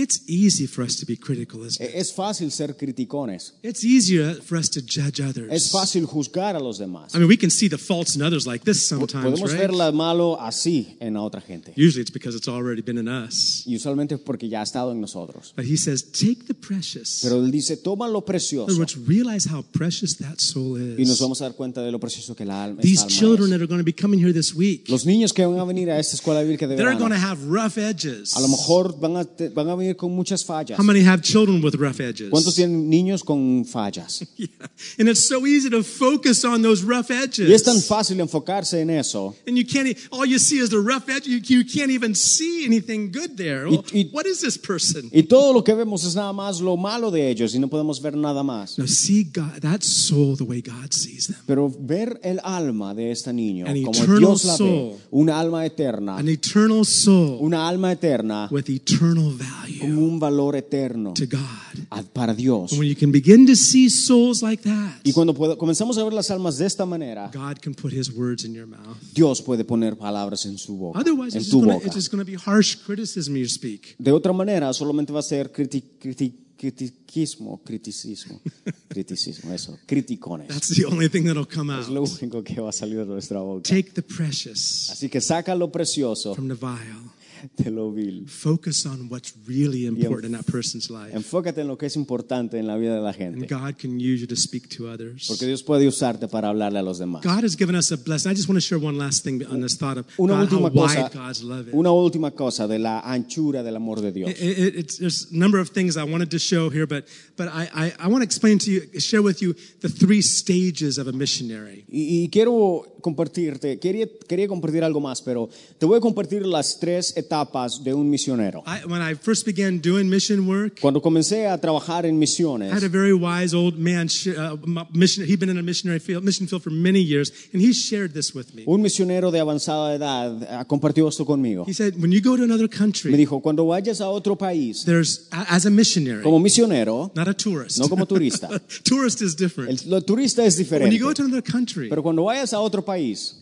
Speaker 3: It's easy for us to be critical, isn't it?
Speaker 4: E- Es fácil ser criticones,
Speaker 3: It's easier for us to judge others.
Speaker 4: es fácil juzgar a los demás.
Speaker 3: I mean, we can see the faults in others like this
Speaker 4: Po-
Speaker 3: sometimes,
Speaker 4: Podemos
Speaker 3: right?
Speaker 4: ver lo malo así en la otra gente,
Speaker 3: Usually it's because it's already been in us.
Speaker 4: y usualmente es porque ya ha estado en nosotros.
Speaker 3: But he says, Take the precious.
Speaker 4: Pero él dice, toma lo
Speaker 3: In other
Speaker 4: precioso,
Speaker 3: words, realize how precious that soul is.
Speaker 4: y nos vamos a dar cuenta de lo precioso que la alma, esta
Speaker 3: These
Speaker 4: alma
Speaker 3: children
Speaker 4: es.
Speaker 3: that are going to be coming here this week,
Speaker 4: Los niños que van a venir a esta escuela bíblica de
Speaker 3: they're going to
Speaker 4: verano,
Speaker 3: have rough edges.
Speaker 4: a lo mejor van a, te- van a venir con muchas fallas.
Speaker 3: How many have children with rough edges?
Speaker 4: ¿Cuántos tienen niños con fallas?
Speaker 3: Yeah. And it's so easy to focus on those rough edges.
Speaker 4: Y es tan fácil enfocarse en eso.
Speaker 3: And you can't, e- all you see is the rough edge. You, you can't even see anything good there.
Speaker 4: Y- y-
Speaker 3: what is this person?
Speaker 4: Y todo lo que vemos es nada más lo malo de ellos y no podemos ver nada más.
Speaker 3: Now see God, that soul the way God sees them.
Speaker 4: Pero ver el alma de este niño
Speaker 3: An
Speaker 4: como
Speaker 3: eternal
Speaker 4: Dios la ve,
Speaker 3: soul.
Speaker 4: una alma eterna,
Speaker 3: An eternal soul
Speaker 4: una alma eterna
Speaker 3: with eternal
Speaker 4: con
Speaker 3: value
Speaker 4: un valor eterno
Speaker 3: to God.
Speaker 4: a- para Dios.
Speaker 3: And when you can begin to see souls like
Speaker 4: Y
Speaker 3: that,
Speaker 4: cuando pueda- comenzamos a ver las almas de esta manera,
Speaker 3: God can put his words in your mouth.
Speaker 4: Dios puede poner palabras en su boca,
Speaker 3: Otherwise,
Speaker 4: en
Speaker 3: it's
Speaker 4: tu boca.
Speaker 3: just going to be harsh criticism you speak.
Speaker 4: De otra manera, solamente va a ser criti- criti- critiquismo, criticismo, criticismo, eso, criticones.
Speaker 3: That's the only thing that'll come out.
Speaker 4: Es lo único que va a salir de nuestra boca.
Speaker 3: Take the precious
Speaker 4: Así que saca lo precioso
Speaker 3: from the vile.
Speaker 4: de lo vil.
Speaker 3: Focus on what's really important in that person's life.
Speaker 4: Enfócate en lo que es importante en la vida de la gente.
Speaker 3: And God can use you to speak to
Speaker 4: Porque
Speaker 3: others.
Speaker 4: Dios puede usarte para hablarle a los demás.
Speaker 3: God has given us a blessing. I just want to share one last thing on this thought of
Speaker 4: Una
Speaker 3: God, how
Speaker 4: última cosa,
Speaker 3: wide God's love is.
Speaker 4: una última cosa de la anchura del amor de Dios.
Speaker 3: It- it- it's, there's a number of things I wanted to show here, but, but I, I, I want to explain to you, share with you the three stages of a missionary.
Speaker 4: Y, y quiero compartirte, quería, quería compartir algo más, pero te voy a compartir las tres etapas de un misionero.
Speaker 3: I, when I first began doing mission work,
Speaker 4: Cuando comencé a trabajar en
Speaker 3: I had a
Speaker 4: misiones,
Speaker 3: very wise old man, sh- uh, m- mission, he'd been in a missionary field, mission field for many years, and he shared this with me.
Speaker 4: un misionero de avanzada edad ah, compartió esto conmigo.
Speaker 3: He said, when you go to another
Speaker 4: Me
Speaker 3: country,
Speaker 4: dijo, cuando vayas a otro país
Speaker 3: there's, a- as a missionary,
Speaker 4: como misionero,
Speaker 3: not a tourist.
Speaker 4: no como turista,
Speaker 3: tourist is different.
Speaker 4: el, lo turista es
Speaker 3: When you go to
Speaker 4: diferente,
Speaker 3: another country,
Speaker 4: pero cuando vayas a otro país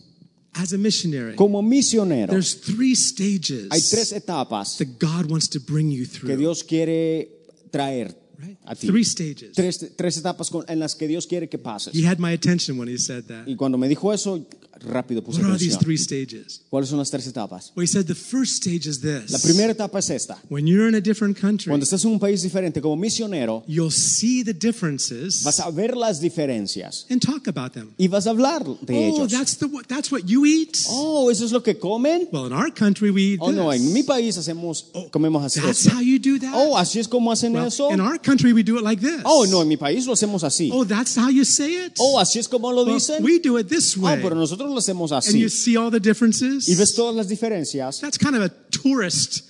Speaker 3: as a missionary,
Speaker 4: como misionero,
Speaker 3: there's three
Speaker 4: hay tres
Speaker 3: stages
Speaker 4: etapas
Speaker 3: that God wants to bring you
Speaker 4: que
Speaker 3: through.
Speaker 4: Dios quiere traer
Speaker 3: Right?
Speaker 4: a ti.
Speaker 3: Three stages.
Speaker 4: Tres, tres etapas con- en las que Dios quiere que pases.
Speaker 3: He had my attention when he said that.
Speaker 4: Y cuando me dijo eso, rápido puse
Speaker 3: What are these
Speaker 4: atención.
Speaker 3: three stages?
Speaker 4: ¿Cuáles son las tres etapas?
Speaker 3: Well, he said the first stage is this.
Speaker 4: La primera etapa es esta.
Speaker 3: When you're in a different country,
Speaker 4: Cuando estás en un país diferente como misionero,
Speaker 3: you'll see the differences
Speaker 4: vas a ver las diferencias
Speaker 3: and talk about them.
Speaker 4: y vas a hablar de
Speaker 3: Oh,
Speaker 4: ellos.
Speaker 3: that's the what- that's what you eat.
Speaker 4: Oh, eso es lo que comen.
Speaker 3: Well, in our country we eat
Speaker 4: Oh no, en mi
Speaker 3: this.
Speaker 4: país hacemos comemos así.
Speaker 3: That's
Speaker 4: esto.
Speaker 3: how you do that.
Speaker 4: Oh, así es como hacen
Speaker 3: Well,
Speaker 4: eso.
Speaker 3: in our country we do it like this.
Speaker 4: Oh no, en mi país lo hacemos así.
Speaker 3: Oh, that's how you say it.
Speaker 4: Oh, así es como lo
Speaker 3: Well,
Speaker 4: dicen.
Speaker 3: we do it this
Speaker 4: Ah,
Speaker 3: way.
Speaker 4: pero nosotros lo hacemos
Speaker 3: and
Speaker 4: así.
Speaker 3: you see all the differences.
Speaker 4: Y ves todas las diferencias.
Speaker 3: That's kind of a tourist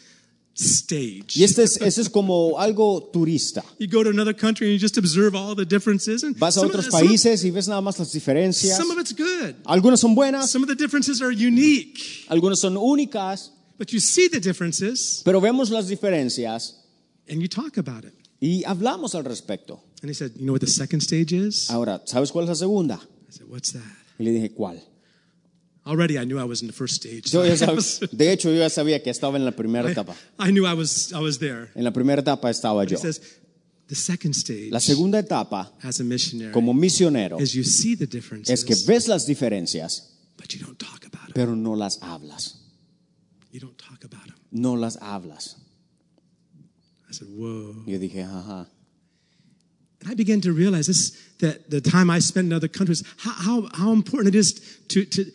Speaker 3: stage.
Speaker 4: Y este es, ese es como algo turista.
Speaker 3: You go to another country and you just observe all the differences. And
Speaker 4: Vas a
Speaker 3: some of
Speaker 4: otros
Speaker 3: the- some of-
Speaker 4: países y ves nada más las diferencias.
Speaker 3: Some of it's good.
Speaker 4: Algunas son buenas,
Speaker 3: Some of the differences are unique.
Speaker 4: algunas son únicas,
Speaker 3: But you see the differences
Speaker 4: pero vemos las diferencias
Speaker 3: and you talk about it.
Speaker 4: y hablamos al respecto.
Speaker 3: And he said, You know what the second stage is? I
Speaker 4: Ahora, ¿sabes cuál es la segunda?
Speaker 3: said, What's that?
Speaker 4: Y le dije, ¿cuál?
Speaker 3: Already I knew I was in the first stage.
Speaker 4: Yo ya
Speaker 3: I,
Speaker 4: sab-
Speaker 3: was-
Speaker 4: de hecho, yo ya sabía que estaba en la primera etapa.
Speaker 3: I knew I was I was there.
Speaker 4: En la primera etapa estaba
Speaker 3: He
Speaker 4: yo.
Speaker 3: says, the second stage
Speaker 4: La segunda etapa,
Speaker 3: as a missionary
Speaker 4: como misionero,
Speaker 3: is you see the
Speaker 4: es
Speaker 3: differences,
Speaker 4: que ves las diferencias,
Speaker 3: but you don't talk about them.
Speaker 4: pero no las hablas.
Speaker 3: You don't talk about them.
Speaker 4: No las hablas.
Speaker 3: I said, Whoa.
Speaker 4: Yo dije, ajá.
Speaker 3: And I began to realize this, that the time I spent in other countries, how, how, how important it is to, to,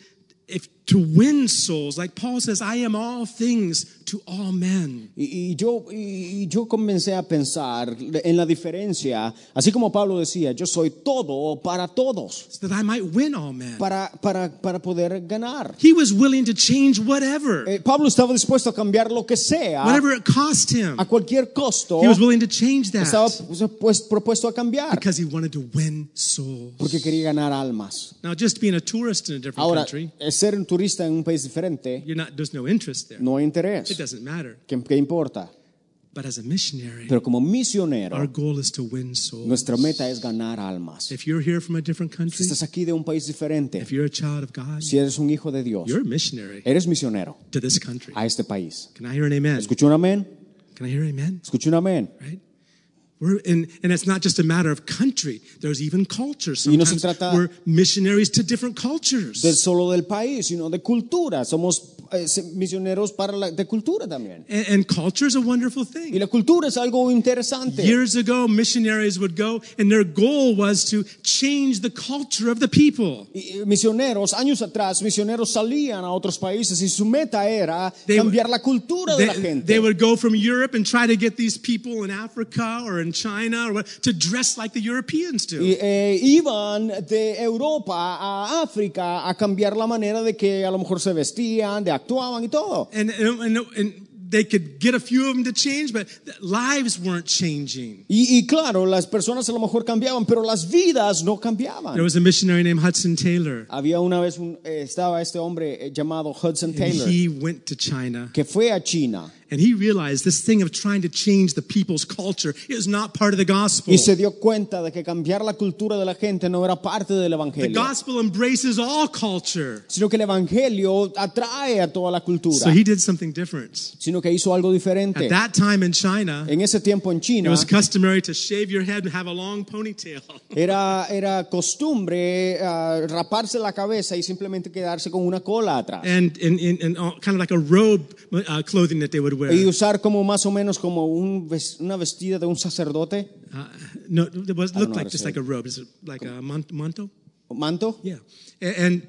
Speaker 3: if, to win souls. Like Paul says, I am all things to all men.
Speaker 4: Y, y yo, y yo comencé a pensar en la diferencia, así como Pablo decía, yo soy todo para todos,
Speaker 3: so that I might win all men.
Speaker 4: para, para, para poder ganar.
Speaker 3: He was willing to change whatever,
Speaker 4: Eh, Pablo estaba dispuesto a cambiar lo que sea,
Speaker 3: whatever it cost him.
Speaker 4: a cualquier costo,
Speaker 3: He was willing to change
Speaker 4: estaba
Speaker 3: that
Speaker 4: pues, propuesto a cambiar,
Speaker 3: because he wanted to win souls.
Speaker 4: porque quería ganar almas.
Speaker 3: Now, just being a tourist in a different
Speaker 4: Ahora,
Speaker 3: country,
Speaker 4: eh, ser un turista en un país diferente,
Speaker 3: you're not, there's no interest there.
Speaker 4: no hay
Speaker 3: It
Speaker 4: interés.
Speaker 3: doesn't matter.
Speaker 4: ¿Qué, qué importa?
Speaker 3: But as a missionary,
Speaker 4: Pero como misionero,
Speaker 3: our goal is to win souls.
Speaker 4: nuestra meta es ganar almas.
Speaker 3: If you're here from a different
Speaker 4: Si
Speaker 3: country,
Speaker 4: estás aquí de un país diferente,
Speaker 3: if you're a child of God,
Speaker 4: si eres un hijo de Dios,
Speaker 3: you're a missionary
Speaker 4: eres misionero
Speaker 3: to this country.
Speaker 4: a este país.
Speaker 3: Can I hear an amen?
Speaker 4: Escucha un amén,
Speaker 3: Can I hear amen?
Speaker 4: escucha un amén.
Speaker 3: Right? We're in, and it's not just a matter of country. There's even culture.
Speaker 4: Y no se
Speaker 3: Sometimes
Speaker 4: trata-
Speaker 3: we're missionaries to different cultures.
Speaker 4: No solo del país, sino de cultura. Somos eh, se- misioneros para la, de cultura también.
Speaker 3: And, and culture is a wonderful thing.
Speaker 4: Y la cultura es algo interesante.
Speaker 3: Years ago, missionaries would go, and their goal was to change the culture of the people.
Speaker 4: Y- y misioneros, años atrás, misioneros salían a otros países y su meta era
Speaker 3: They-
Speaker 4: cambiar la cultura de la
Speaker 3: They, they
Speaker 4: gente.
Speaker 3: would go from Europe and try to get these people in Africa or in China or what, to dress like the Europeans do.
Speaker 4: Y, eh, iban de Europa a África a cambiar la manera de que a lo mejor se vestían, de actuaban y todo.
Speaker 3: And, and, and, and they could get a few of them to change, but th- lives weren't changing.
Speaker 4: Y, y claro, las personas a lo mejor cambiaban, pero las vidas no cambiaban.
Speaker 3: There was a missionary named Hudson Taylor.
Speaker 4: Había una vez, un- eh, estaba este hombre eh, llamado Hudson
Speaker 3: And
Speaker 4: Taylor,
Speaker 3: he went to China
Speaker 4: que fue a China
Speaker 3: and he realized this thing of trying to change the people's culture is not part of the gospel.
Speaker 4: y se dio cuenta de que cambiar la cultura de la gente no era parte del
Speaker 3: The
Speaker 4: Evangelio,
Speaker 3: gospel embraces all culture.
Speaker 4: sino que el Evangelio atrae a toda la cultura,
Speaker 3: So he did something different.
Speaker 4: sino que hizo algo diferente.
Speaker 3: At that time in China,
Speaker 4: En ese tiempo en
Speaker 3: it
Speaker 4: China
Speaker 3: was customary to shave your head and have a long ponytail.
Speaker 4: era, era costumbre ah, raparse la cabeza y simplemente quedarse con una cola atrás.
Speaker 3: And, and, and, and all, uh, kind of like a robe uh, clothing that they would wear.
Speaker 4: Y usar como más o menos como un ves- una vestida de un sacerdote,
Speaker 3: Uh, no, it was,
Speaker 4: know
Speaker 3: looked like
Speaker 4: how to
Speaker 3: just
Speaker 4: say
Speaker 3: like a robe, It's like a man- manto.
Speaker 4: manto.
Speaker 3: Yeah. A- And,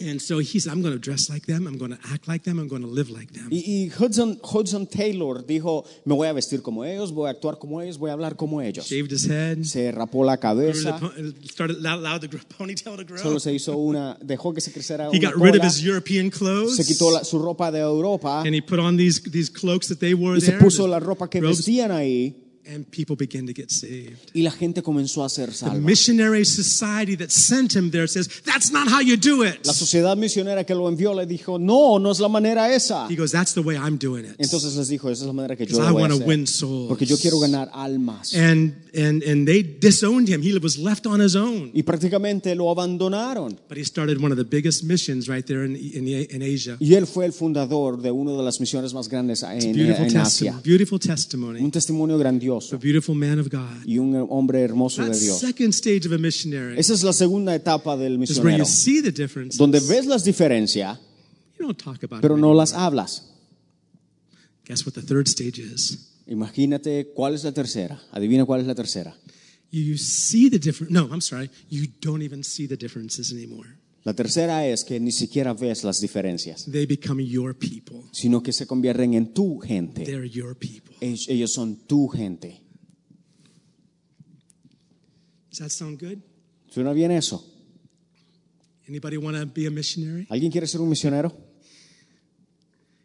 Speaker 3: and so he said, I'm going to dress like them. I'm going to act like them. I'm going to live like them.
Speaker 4: Y, y Hudson, Hudson Taylor dijo, me voy a vestir como ellos, voy a actuar como ellos, voy a hablar como ellos.
Speaker 3: Shaved his head.
Speaker 4: Se rapó la
Speaker 3: grew the
Speaker 4: cabeza,
Speaker 3: pon- Started allowed, allowed the gr- ponytail to grow.
Speaker 4: solo se hizo una, dejó que se creciera
Speaker 3: He
Speaker 4: una
Speaker 3: got rid of
Speaker 4: cola,
Speaker 3: his European clothes.
Speaker 4: se quitó la- su ropa de Europa
Speaker 3: And he put on these these cloaks that they wore
Speaker 4: y se
Speaker 3: there,
Speaker 4: puso
Speaker 3: the
Speaker 4: la ropa que
Speaker 3: robes,
Speaker 4: vestían ahí
Speaker 3: and people began to get saved.
Speaker 4: y la gente comenzó a ser
Speaker 3: The
Speaker 4: salva.
Speaker 3: missionary society that sent him there says, "That's not how you do it."
Speaker 4: La sociedad misionera que lo envió le dijo, no, no es la manera esa.
Speaker 3: He goes, "That's the way I'm doing it."
Speaker 4: Entonces les dijo, esa es la manera que yo
Speaker 3: 'Cause
Speaker 4: lo
Speaker 3: I
Speaker 4: voy a
Speaker 3: want to
Speaker 4: hacer,
Speaker 3: win souls.
Speaker 4: porque yo quiero ganar almas.
Speaker 3: And and and they disowned him. He was left on his own.
Speaker 4: Y prácticamente lo abandonaron.
Speaker 3: But he started one of the biggest missions right there in in, in Asia.
Speaker 4: Y él fue el fundador de una de las misiones más grandes en,
Speaker 3: Beautiful
Speaker 4: en
Speaker 3: testimony.
Speaker 4: uh, Asia.
Speaker 3: Beautiful testimony.
Speaker 4: Un testimonio grandioso
Speaker 3: A beautiful man of God.
Speaker 4: y un hombre hermoso de
Speaker 3: That's
Speaker 4: Dios.
Speaker 3: second stage of a missionary
Speaker 4: Esa es la segunda etapa del
Speaker 3: is where you
Speaker 4: misionero,
Speaker 3: see the difference.
Speaker 4: donde ves las diferencias,
Speaker 3: You don't talk about
Speaker 4: pero
Speaker 3: it.
Speaker 4: no las hablas.
Speaker 3: Guess what the third stage is?
Speaker 4: Imagínate cuál es la tercera. Adivina cuál es la tercera.
Speaker 3: You see the difference. No, I'm sorry. You don't even see the differences anymore.
Speaker 4: La tercera es que ni siquiera ves las diferencias,
Speaker 3: They become your people.
Speaker 4: sino que se convierten en tu gente.
Speaker 3: They're your people.
Speaker 4: Ellos ellos son tu gente.
Speaker 3: Does that sound good?
Speaker 4: ¿Suena bien eso?
Speaker 3: Anybody want to be a missionary?
Speaker 4: ¿Alguien quiere ser un misionero?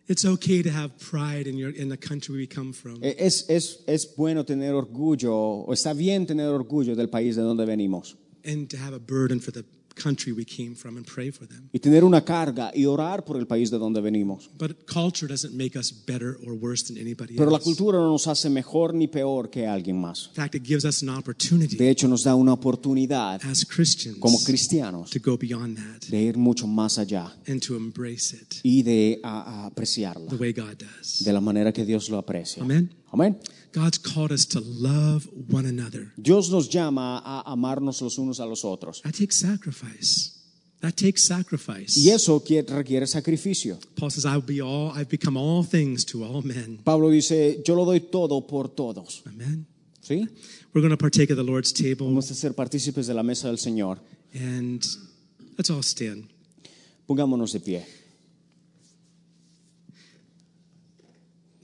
Speaker 3: It's okay to have pride in your in the country we come from.
Speaker 4: Eh, Es, es, es bueno tener orgullo, o está bien tener orgullo del país de donde venimos.
Speaker 3: and to have a burden for the country we came from and pray for them.
Speaker 4: Y tener una carga y orar por el país de donde venimos.
Speaker 3: But culture doesn't make us better or worse than anybody
Speaker 4: Pero la
Speaker 3: else.
Speaker 4: cultura no nos hace mejor ni peor que alguien más.
Speaker 3: In fact, it gives us an opportunity
Speaker 4: De hecho, nos da una oportunidad
Speaker 3: as Christians
Speaker 4: como cristianos
Speaker 3: to go beyond that
Speaker 4: de ir mucho más allá
Speaker 3: and to embrace it
Speaker 4: y de a- a
Speaker 3: the
Speaker 4: apreciarla
Speaker 3: way God does.
Speaker 4: de la manera que Dios lo aprecia.
Speaker 3: Amén.
Speaker 4: Amén.
Speaker 3: God's called us to love one another.
Speaker 4: Dios nos llama a amarnos los unos a los otros.
Speaker 3: That takes sacrifice. That takes sacrifice.
Speaker 4: Y eso que- requiere sacrificio.
Speaker 3: Paul says, I'll be all I've become all things to all men.
Speaker 4: Pablo dice, yo lo doy todo por todos.
Speaker 3: Amen.
Speaker 4: ¿Sí?
Speaker 3: We're going to partake of the Lord's table
Speaker 4: Vamos a ser partícipes de la mesa del Señor.
Speaker 3: and let's all stand.
Speaker 4: Pongámonos de pie.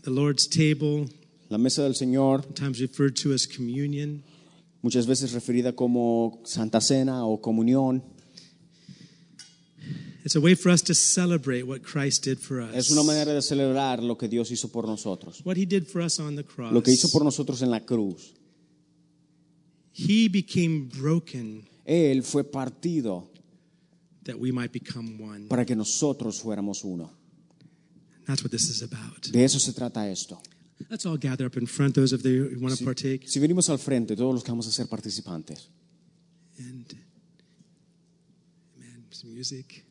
Speaker 3: The Lord's table,
Speaker 4: La mesa del Señor,
Speaker 3: sometimes referred to as communion,
Speaker 4: muchas veces referida como Santa Cena o Comunión,
Speaker 3: it's a way for us to celebrate what Christ did for us.
Speaker 4: es una manera de celebrar lo que Dios hizo por nosotros,
Speaker 3: What he did for us on the cross.
Speaker 4: lo que hizo por nosotros en la cruz.
Speaker 3: He became broken
Speaker 4: Él fue partido
Speaker 3: that we might become one.
Speaker 4: para que nosotros fuéramos uno.
Speaker 3: That's what this is about.
Speaker 4: De eso se trata esto.
Speaker 3: Let's all gather up in front, those of you who want to partake.
Speaker 4: Si venimos al frente, todos los que vamos a ser participantes,
Speaker 3: And man, some music.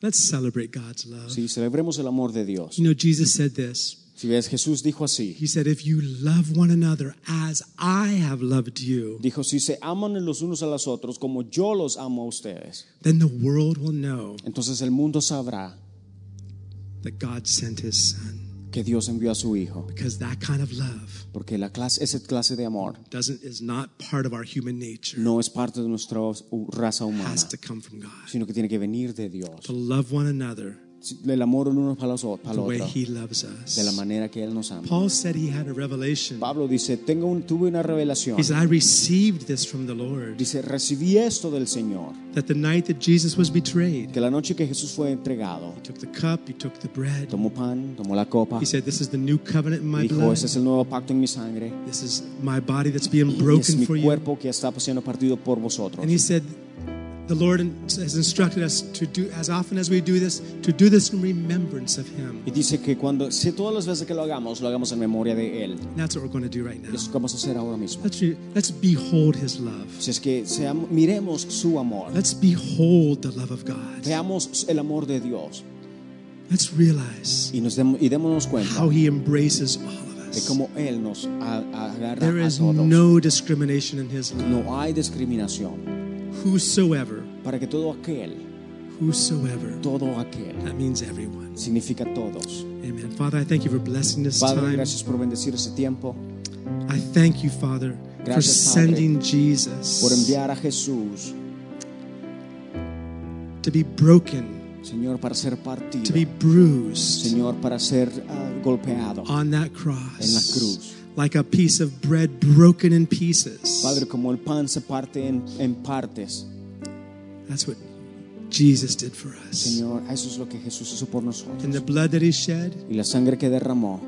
Speaker 3: Let's celebrate God's love.
Speaker 4: si celebremos el amor de Dios,
Speaker 3: You know, Jesus said this.
Speaker 4: si ves, Jesús dijo así,
Speaker 3: He said, If you love one another as I have loved you,
Speaker 4: dijo, si se aman los unos a los otros como yo los amo a ustedes,
Speaker 3: then the world will know
Speaker 4: entonces el mundo sabrá
Speaker 3: that God sent his son.
Speaker 4: que Dios envió a su Hijo,
Speaker 3: Because that kind of love
Speaker 4: porque la clase, esa clase de amor
Speaker 3: doesn't is not part of our human nature.
Speaker 4: no es parte de nuestra u- raza
Speaker 3: It
Speaker 4: humana,
Speaker 3: has to come from God.
Speaker 4: sino que tiene que venir de Dios.
Speaker 3: To love one another
Speaker 4: El amor el uno para los o- para el
Speaker 3: the way
Speaker 4: otro,
Speaker 3: he loves
Speaker 4: de la
Speaker 3: us.
Speaker 4: manera que Él nos ama.
Speaker 3: Paul said he had a revelation.
Speaker 4: Pablo dice, Tengo un, tuve una revelación.
Speaker 3: He said, I received this from the Lord.
Speaker 4: Dice, recibí esto del Señor,
Speaker 3: That the night that Jesus was betrayed,
Speaker 4: que la noche que Jesús fue entregado,
Speaker 3: he took the cup, he took the bread.
Speaker 4: tomó pan, tomó la copa,
Speaker 3: He said, This is the new covenant in my
Speaker 4: dijo,
Speaker 3: blood.
Speaker 4: ese es el nuevo pacto en mi sangre,
Speaker 3: This is my body that's being
Speaker 4: y es
Speaker 3: broken
Speaker 4: mi
Speaker 3: for you.
Speaker 4: cuerpo que está siendo partido por vosotros.
Speaker 3: And he said, The Lord has instructed us to do, as often as we do this, to do this in remembrance of him.
Speaker 4: Y dice que cuando, si todas las veces que lo hagamos, lo hagamos en memoria de Él.
Speaker 3: And that's what we're going to do right now.
Speaker 4: Eso es lo que vamos a hacer ahora mismo.
Speaker 3: Let's, re- let's behold his love.
Speaker 4: Si es que seamos- miremos su amor,
Speaker 3: Let's behold the love of God.
Speaker 4: veamos el amor de Dios
Speaker 3: Let's realize
Speaker 4: y, nos demos, y démonos cuenta
Speaker 3: how he embraces all of
Speaker 4: de
Speaker 3: us.
Speaker 4: cómo Él nos a- a- agarra
Speaker 3: There
Speaker 4: a
Speaker 3: is
Speaker 4: todos.
Speaker 3: no discrimination in his love.
Speaker 4: No hay discriminación
Speaker 3: Whosoever,
Speaker 4: para que todo aquel,
Speaker 3: whosoever,
Speaker 4: todo aquel,
Speaker 3: that means everyone.
Speaker 4: significa todos.
Speaker 3: Amen. Father, I thank you for blessing this
Speaker 4: Padre,
Speaker 3: time.
Speaker 4: gracias por bendecir ese tiempo,
Speaker 3: I thank you, Father, for
Speaker 4: Gracias, Padre,
Speaker 3: sending
Speaker 4: por
Speaker 3: Jesus
Speaker 4: enviar a Jesús,
Speaker 3: to be broken
Speaker 4: Señor, para ser
Speaker 3: to
Speaker 4: partido,
Speaker 3: be bruised
Speaker 4: Señor, para ser ah, golpeado.
Speaker 3: on that cross,
Speaker 4: En la cruz.
Speaker 3: like a piece of bread broken in pieces.
Speaker 4: Padre, como el pan se parte en, en partes,
Speaker 3: That's what Jesus did for us.
Speaker 4: Señor, eso es lo que Jesús hizo por nosotros.
Speaker 3: And the blood that He shed,
Speaker 4: Y la sangre que derramó,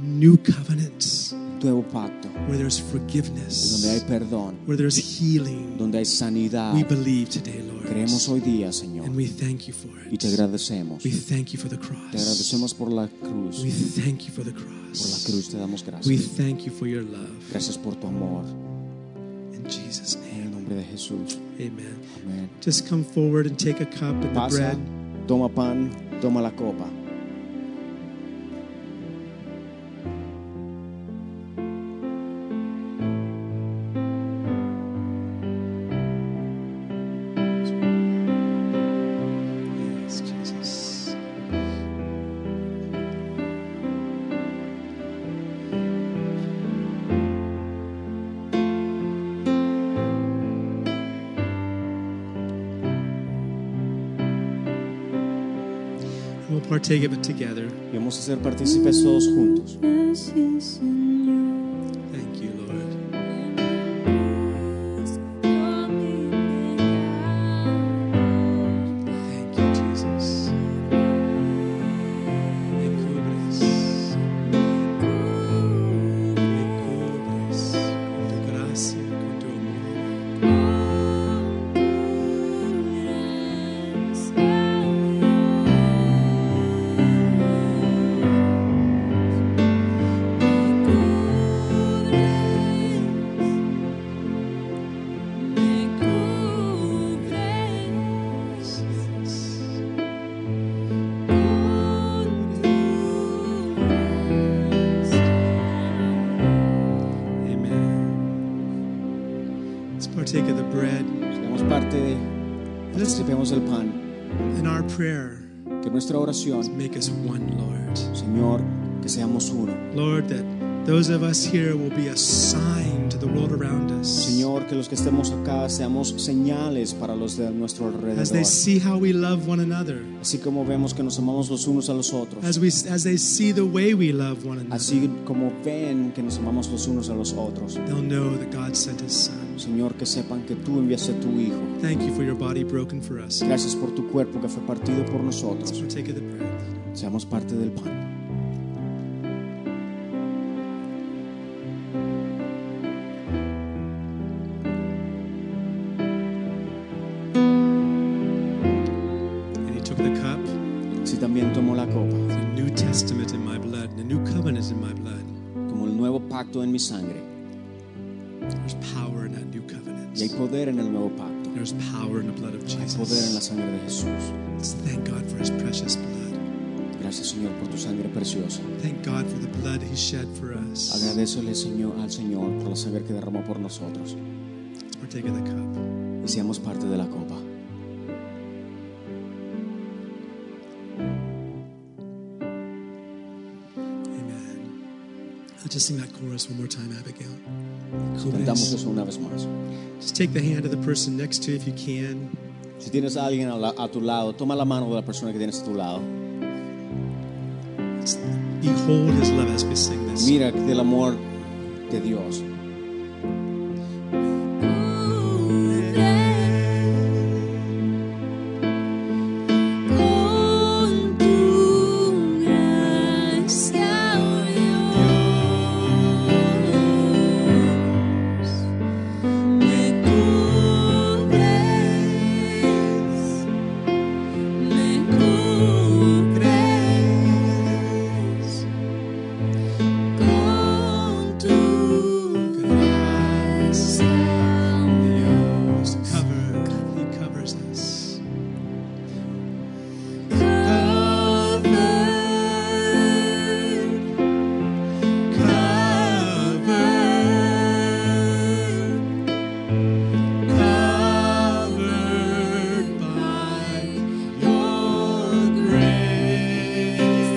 Speaker 3: new covenants
Speaker 4: nuevo pacto,
Speaker 3: where there's
Speaker 4: donde hay
Speaker 3: forgiveness,
Speaker 4: perdón,
Speaker 3: where there's healing.
Speaker 4: donde hay sanidad.
Speaker 3: We believe today, Lord,
Speaker 4: Creemos hoy día, Señor,
Speaker 3: and we thank you for
Speaker 4: y te
Speaker 3: it.
Speaker 4: agradecemos.
Speaker 3: We
Speaker 4: Te
Speaker 3: thank you for the cross.
Speaker 4: agradecemos por la cruz.
Speaker 3: We thank you for the
Speaker 4: Por la
Speaker 3: cross.
Speaker 4: cruz te damos
Speaker 3: We
Speaker 4: gracias.
Speaker 3: thank you for your love.
Speaker 4: Gracias por tu amor.
Speaker 3: In Jesus'
Speaker 4: En el
Speaker 3: name,
Speaker 4: nombre de Jesús.
Speaker 3: amen.
Speaker 4: Amén.
Speaker 3: Just come forward and take a cup and the
Speaker 4: Eh, Pasa,
Speaker 3: bread.
Speaker 4: toma pan, toma la copa.
Speaker 3: Yes, Jesus. We'll partake of it together.
Speaker 4: Y vamos a ser partícipes todos juntos.
Speaker 6: Gracias, Señor,
Speaker 3: Thank you, Lord.
Speaker 6: cruz, por mi pecado.
Speaker 3: Thank you, Jesus. Me cubres. Me cubres con tu gracia, con tu amor.
Speaker 6: Cúbreme, Señor, me cubres, me cubres.
Speaker 3: Amen. Let's partake of the bread.
Speaker 4: Seamos parte de. Participemos del pan.
Speaker 3: In our prayer,
Speaker 4: Que nuestra oración,
Speaker 3: make us one, Lord.
Speaker 4: Señor, que seamos uno.
Speaker 3: Lord, that Those of us here will be a sign to the world around us
Speaker 4: Señor, que los que estemos acá seamos señales para los de nuestro
Speaker 3: as they
Speaker 4: alrededor.
Speaker 3: see how we love one another,
Speaker 4: Así como vemos que nos amamos los unos a los otros.
Speaker 3: as, we, as they see the way we love one another.
Speaker 4: Así como ven que nos amamos los unos a los otros.
Speaker 3: They'll know that God sent His Son.
Speaker 4: Señor, que sepan que tú enviaste a tu Hijo.
Speaker 3: Thank you for your body broken for us.
Speaker 4: Gracias por tu cuerpo que fue partido por nosotros.
Speaker 3: Partake of the bread.
Speaker 4: Seamos parte del pan.
Speaker 3: And He took the cup.
Speaker 4: Si también tomó la copa,
Speaker 3: The New Testament in my blood, the new covenant is in my blood.
Speaker 4: como el nuevo pacto en mi sangre.
Speaker 3: There's power in that new
Speaker 4: Y hay
Speaker 3: covenant.
Speaker 4: poder en el nuevo pacto.
Speaker 3: There's power in the blood of
Speaker 4: Hay poder en la
Speaker 3: Jesus.
Speaker 4: sangre de Jesús.
Speaker 3: Let's thank God for His precious blood.
Speaker 4: Gracias, Señor, por tu sangre preciosa.
Speaker 3: Thank God for the blood He shed for us.
Speaker 4: Agradecele, Señor, al Señor por la sangre que derramó por nosotros.
Speaker 3: Let's partake of the cup.
Speaker 4: Y seamos parte de la copa.
Speaker 3: Amen. Let's just sing that chorus one more time, Abigail. Cool
Speaker 4: Cantamos
Speaker 3: breeze.
Speaker 4: eso una vez más.
Speaker 3: Just take the hand of the person next to you if you can.
Speaker 4: Si tienes a alguien a, la- a tu lado, toma la mano de la persona que tienes a tu lado.
Speaker 3: Let's behold His love as we sing this.
Speaker 4: Mira del amor de Dios.
Speaker 6: Con tu gracia, oh Dios, me cubres, me cubres con tu gracia.
Speaker 3: Dios cover, He covers us.
Speaker 6: Covered, covered by your grace.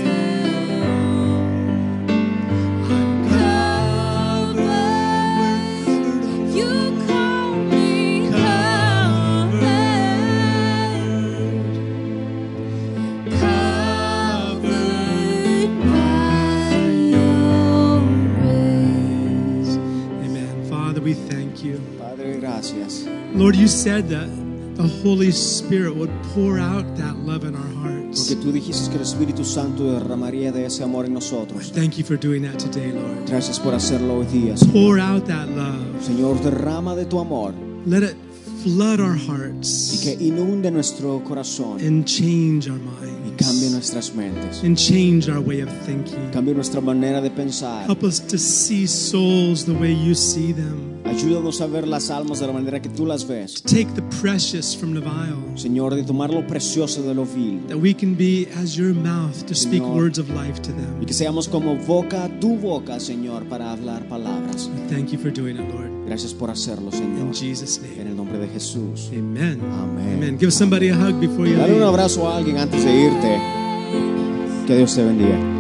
Speaker 6: I'm covered. You call me covered covered by your grace.
Speaker 3: Amen. Father, we thank you.
Speaker 4: Padre, gracias.
Speaker 3: Lord, you said that the Holy Spirit would pour out that love in our hearts.
Speaker 4: Porque tú dijiste que el Espíritu Santo derramaría de ese amor en nosotros.
Speaker 3: Thank you for doing that today, Lord.
Speaker 4: Gracias por hacerlo hoy día. Señor.
Speaker 3: Pour out that love.
Speaker 4: Señor, derrama de tu amor
Speaker 3: Let it flood our
Speaker 4: y
Speaker 3: hearts
Speaker 4: que inunde nuestro corazón y
Speaker 3: and change our
Speaker 4: cambie
Speaker 3: minds
Speaker 4: nuestras mentes.
Speaker 3: and change our way of thinking.
Speaker 4: Cambie nuestra manera de pensar.
Speaker 3: Help us to see souls the way you see them.
Speaker 4: Ayúdanos a ver las almas de la manera que tú las ves.
Speaker 3: Take the precious from the vile,
Speaker 4: Señor, de tomar lo precioso de lo vil
Speaker 3: that we can be as your mouth to speak
Speaker 4: Señor.
Speaker 3: words of life to them.
Speaker 4: y que seamos como boca a tu boca, Señor, para hablar palabras.
Speaker 3: We thank you for doing it, Lord.
Speaker 4: Gracias por hacerlo,
Speaker 3: In
Speaker 4: Señor.
Speaker 3: Jesus'
Speaker 4: En
Speaker 3: name.
Speaker 4: el nombre de Jesús.
Speaker 3: Amen.
Speaker 4: Amen.
Speaker 3: Amen. Give somebody a hug before you
Speaker 4: Dale un
Speaker 3: leave.
Speaker 4: abrazo a alguien antes de irte. Que Dios te bendiga.